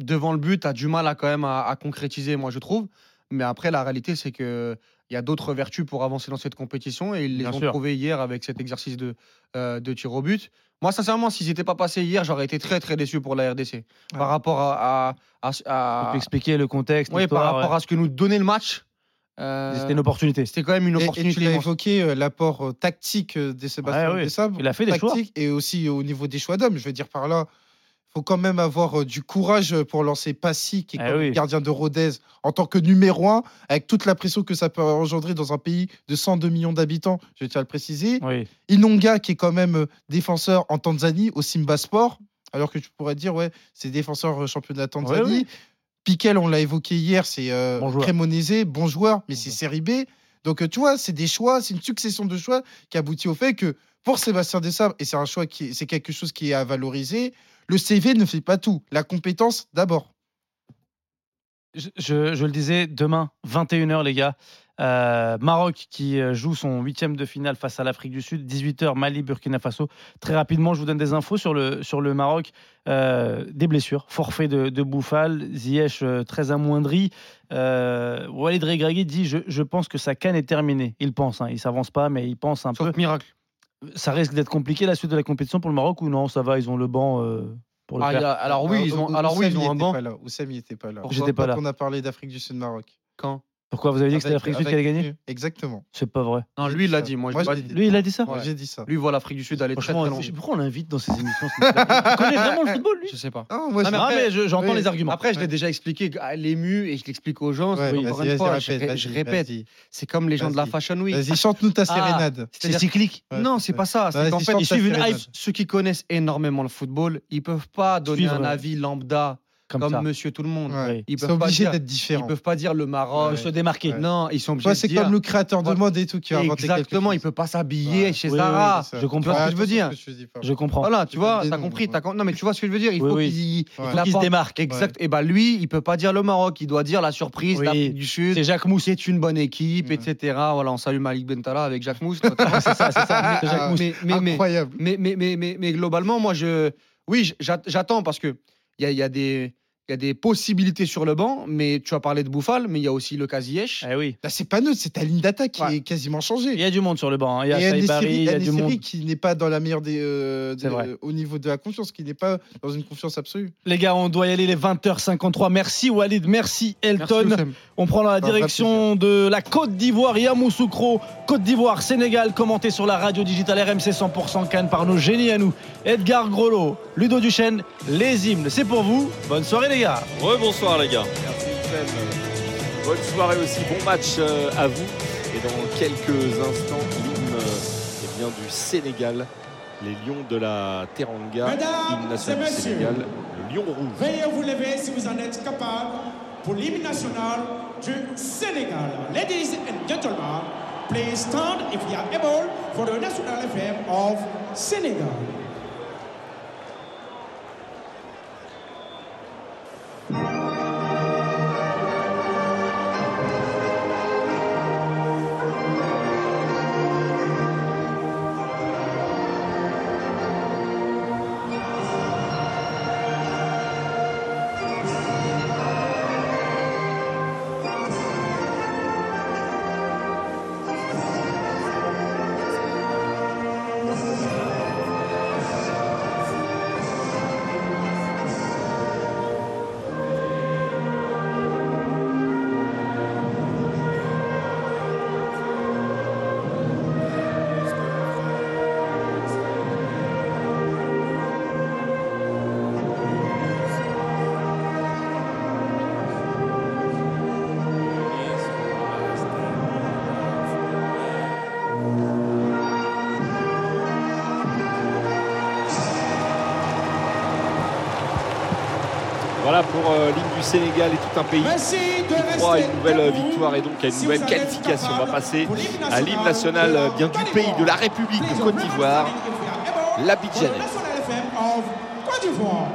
S5: devant le but, a du mal à, quand même à, à concrétiser, moi, je trouve. Mais après, la réalité, c'est que il y a d'autres vertus pour avancer dans cette compétition et ils les
S3: Bien
S5: ont
S3: sûr.
S5: trouvées hier avec cet exercice de, euh, de tir au but. Moi, sincèrement, s'ils n'étaient pas passés hier, j'aurais été très, très déçu pour la RDC. Par rapport à, à, à- à-
S3: On peut expliquer le contexte.
S5: oui, Ah. par
S3: l'histoire,
S5: rapport euh, à ce que nous donnait le match, euh,
S3: ouais. C'était une opportunité.
S5: c'était quand même une
S4: Et- Et, tu
S5: opportunité.
S4: l'as
S5: immense.
S4: évoqué, euh, l'apport euh, tactique euh, des Sébastien
S3: Ouais, ouais.
S4: de Sabre.
S3: Il a fait des choix.
S4: tactique et aussi au niveau des choix d'hommes. Je veux dire par là, faut quand même avoir euh, du courage euh, pour lancer Passy, qui est
S3: Eh
S4: quand même
S3: oui.
S4: gardien de Rodez, en tant que numéro un, avec toute la pression que ça peut engendrer dans un pays de 102 millions d'habitants, je tiens à le préciser.
S3: Oui.
S4: Inonga, qui est quand même euh, défenseur en Tanzanie, au Simba Sport, alors que tu pourrais dire, ouais, c'est défenseur euh, championnat Tanzanie.
S3: Ouais, ouais.
S4: Piquel, on l'a évoqué hier, c'est euh,
S3: Bon joueur.
S4: Cremonese, bon joueur, mais c'est
S3: joueur.
S4: série B. Donc, euh, tu vois, c'est des choix, c'est une succession de choix qui aboutit au fait que pour Sébastien Desabre, et c'est un choix qui est- c'est quelque chose qui est à valoriser, le CV ne fait pas tout. La compétence d'abord.
S3: Je, je- je le disais, demain, 21h, les gars. Euh, Maroc qui euh, joue son huitième de finale face à l'Afrique du Sud. 18h, Mali, Burkina Faso. Très rapidement, je vous donne des infos sur le, sur le Maroc. Euh, des blessures, forfait de, de Bouffal, Ziyech euh, très amoindri. Euh, Walid Regragui dit je, je pense que sa canne est terminée. Il pense, hein, il s'avance pas, mais il pense un peu.
S5: Sauf miracle.
S3: Ça risque d'être compliqué la suite de la compétition pour le Maroc ou non Ça va, ils ont le banc euh, pour le
S5: Ah,
S3: faire.
S5: il y a- alors oui, ils ont,
S4: Ou-
S5: alors oui,
S4: Oussem,
S5: ils
S4: il
S5: ont un
S4: était
S5: banc.
S4: pas là. Oussem, il était pas là.
S5: Pourquoi
S3: J'étais pas là.
S4: On a parlé d'Afrique du Sud-Maroc.
S5: Quand
S3: Pourquoi vous avez dit que c'était l'Afrique du Sud qui allait gagner
S4: Exactement.
S3: C'est pas vrai.
S5: Non,
S4: J'ai
S5: lui, il
S4: dit
S5: l'a
S4: ça.
S5: dit. Moi, je
S4: Moi,
S5: l'ai pas
S4: je l'ai
S5: dit.
S4: dit.
S3: Lui, il a dit ça
S5: Ouais.
S4: J'ai dit ça.
S5: Lui, voit l'Afrique du Sud aller très, très
S3: Franchement,
S5: loin.
S3: je- pourquoi on l'invite dans ces émissions ce mec-là Il connaît vraiment le football, lui
S5: Je sais pas.
S4: Ah, moi,
S5: Non,
S4: je-
S5: mais
S3: Non,
S5: après-
S3: mais je- j'entends
S4: oui.
S3: les arguments.
S5: Après, je l'ai
S4: Ouais.
S5: déjà expliqué à l'ému et je l'explique aux gens.
S4: Ouais,
S5: c'est-
S4: vas-y,
S5: encore
S4: vas-y,
S5: une fois, je,
S4: répète,
S5: ré-
S4: vas-y,
S5: je répète,
S4: vas-y.
S5: c'est comme les gens de la
S4: Vas-y.
S5: Fashion Week.
S4: Vas-y, chante-nous ta
S5: Ah.
S4: sérénade.
S3: C'est
S5: C'est-à-dire-
S3: cyclique.
S4: Ouais,
S5: non, c'est pas ça.
S4: Vas-y,
S5: C'est qu'en fait,
S4: chante
S5: ils
S4: ta
S5: suivent une
S4: sérénade.
S5: hype. Ceux qui connaissent énormément le football, ils peuvent pas donner
S3: Suivre,
S5: un
S3: ouais.
S5: avis lambda
S3: Comme,
S5: comme,
S3: ça.
S5: Monsieur Tout le Monde.
S4: Ouais.
S3: Oui.
S5: Ils
S4: C'est
S5: peuvent pas
S4: obligé
S5: dire.
S4: d'être
S5: Ils
S4: différent.
S5: peuvent pas dire le Maroc.
S3: De se démarquer.
S5: Non, ils sont
S4: Tu
S5: obligés
S4: vois,
S5: de
S4: c'est
S5: dire-
S4: comme le créateur de
S5: Voilà.
S4: mode et tout qui a inventé quelque
S5: Exactement,
S4: chose.
S5: il peut pas s'habiller
S4: Ouais.
S5: chez
S3: Oui, oui,
S5: Zara.
S3: oui, Je comprends
S5: ce que
S4: Ouais,
S5: je veux dire.
S4: attention ce que tu dis, pardon.
S3: Je comprends.
S5: Voilà, tu
S4: Tu
S5: vois,
S4: donnes des
S5: t'as
S4: noms,
S5: compris,
S4: ouais.
S5: t'as com- Non, mais tu vois ce que je veux dire. Il
S3: Oui,
S5: faut
S3: oui.
S5: qu'il
S4: Ouais.
S5: la
S3: Qui se
S5: porte-
S3: démarque.
S5: Exact. Et bah lui, il peut pas dire le Maroc. Il doit dire la surprise,
S3: Oui.
S5: l'Afrique du Sud.
S3: C'est Jacques Mousse.
S5: c'est une bonne équipe,
S4: Ouais.
S5: etc. Voilà, on salue Malik Bentala avec Jacques Mousse. notamment.
S3: C'est ça, c'est ça. C'est Jacques Mousse.
S5: mais, mais, mais,
S4: Incroyable.
S5: mais, mais, mais, mais- mais globalement, moi, je, oui, j- j'at- j'attends parce que il y a, il y a des, il y a des possibilités sur le banc. Mais tu as parlé de Bouffal, mais il y a aussi le Casillèche.
S3: Eh oui.
S4: Là, c'est pas neutre, c'est ta ligne d'attaque qui
S5: Ouais.
S4: est quasiment
S3: Il
S4: changée.
S3: y a du monde sur le banc. hein. Il y a
S4: Et
S3: Saïbari, il y a
S4: Anne
S3: du monde.
S4: Série qui n'est pas dans la meilleure des. euh,
S3: C'est
S4: de-
S3: vrai.
S4: Au niveau de la confiance, qui n'est pas dans une confiance absolue.
S3: Les gars, on doit y aller les 20h53. Merci Walid, merci Elton. On prend la
S4: un vrai
S3: direction de la Côte d'Ivoire, Yamoussoukro, Côte d'Ivoire, Sénégal, commenté sur la radio digitale RMC 100% Cannes par nos génies à nous, Edgar Grollo, Ludo Duchesne, les hymnes. C'est pour vous. Bonne soirée les gars.
S7: Rebonsoir, les gars.
S11: Merci Oussem. Bonne soirée aussi, bon match euh, à vous. Et dans quelques instants, l'hymne euh, eh bien,
S5: vient du Sénégal. Les Lions de la Teranga,
S4: Mesdames
S5: hymne national
S4: et
S5: du
S4: messieurs,
S5: Sénégal, le Lion Rouge.
S4: Veuillez vous lever si vous en êtes capable pour l'hymne national du Sénégal. Ladies and gentlemen, please stand if you are able for the national anthem of Senegal.
S5: Voilà pour euh, l'hymne du Sénégal et tout un pays
S4: Merci de
S5: qui croit à
S4: rester
S5: une nouvelle euh,
S4: debout.
S5: victoire et donc à une
S4: Si
S5: nouvelle
S4: vous en êtes
S5: qualification. On va
S4: capable,
S5: passer
S4: pour l'hymne
S5: à l'hymne national
S4: national
S5: euh,
S4: de
S5: bien du
S4: la
S5: pays de la
S4: Côte
S5: République
S4: d'Ivoire.
S5: de Côte d'Ivoire,
S4: For the
S5: l'Abidjanais.
S4: national anthem of Côte d'Ivoire.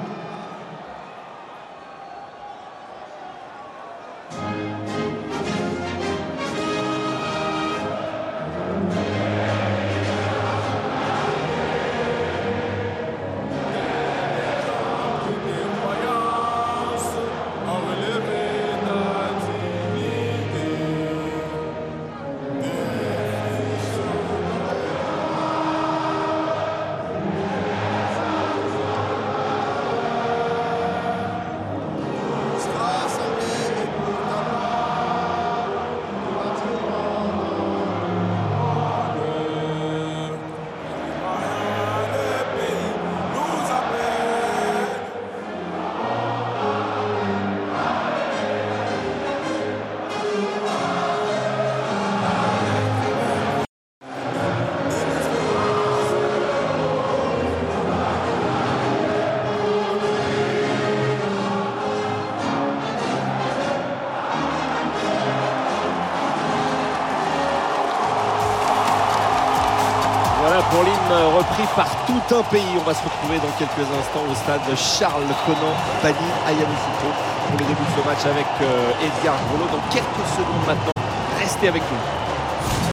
S5: Voilà pour l'hymne euh, repris par tout un pays. On va se retrouver dans quelques instants au stade Charles Conan Bani Ayamoussoukro pour le début de ce match avec euh, Edgar Grolo dans quelques secondes maintenant. Restez avec nous.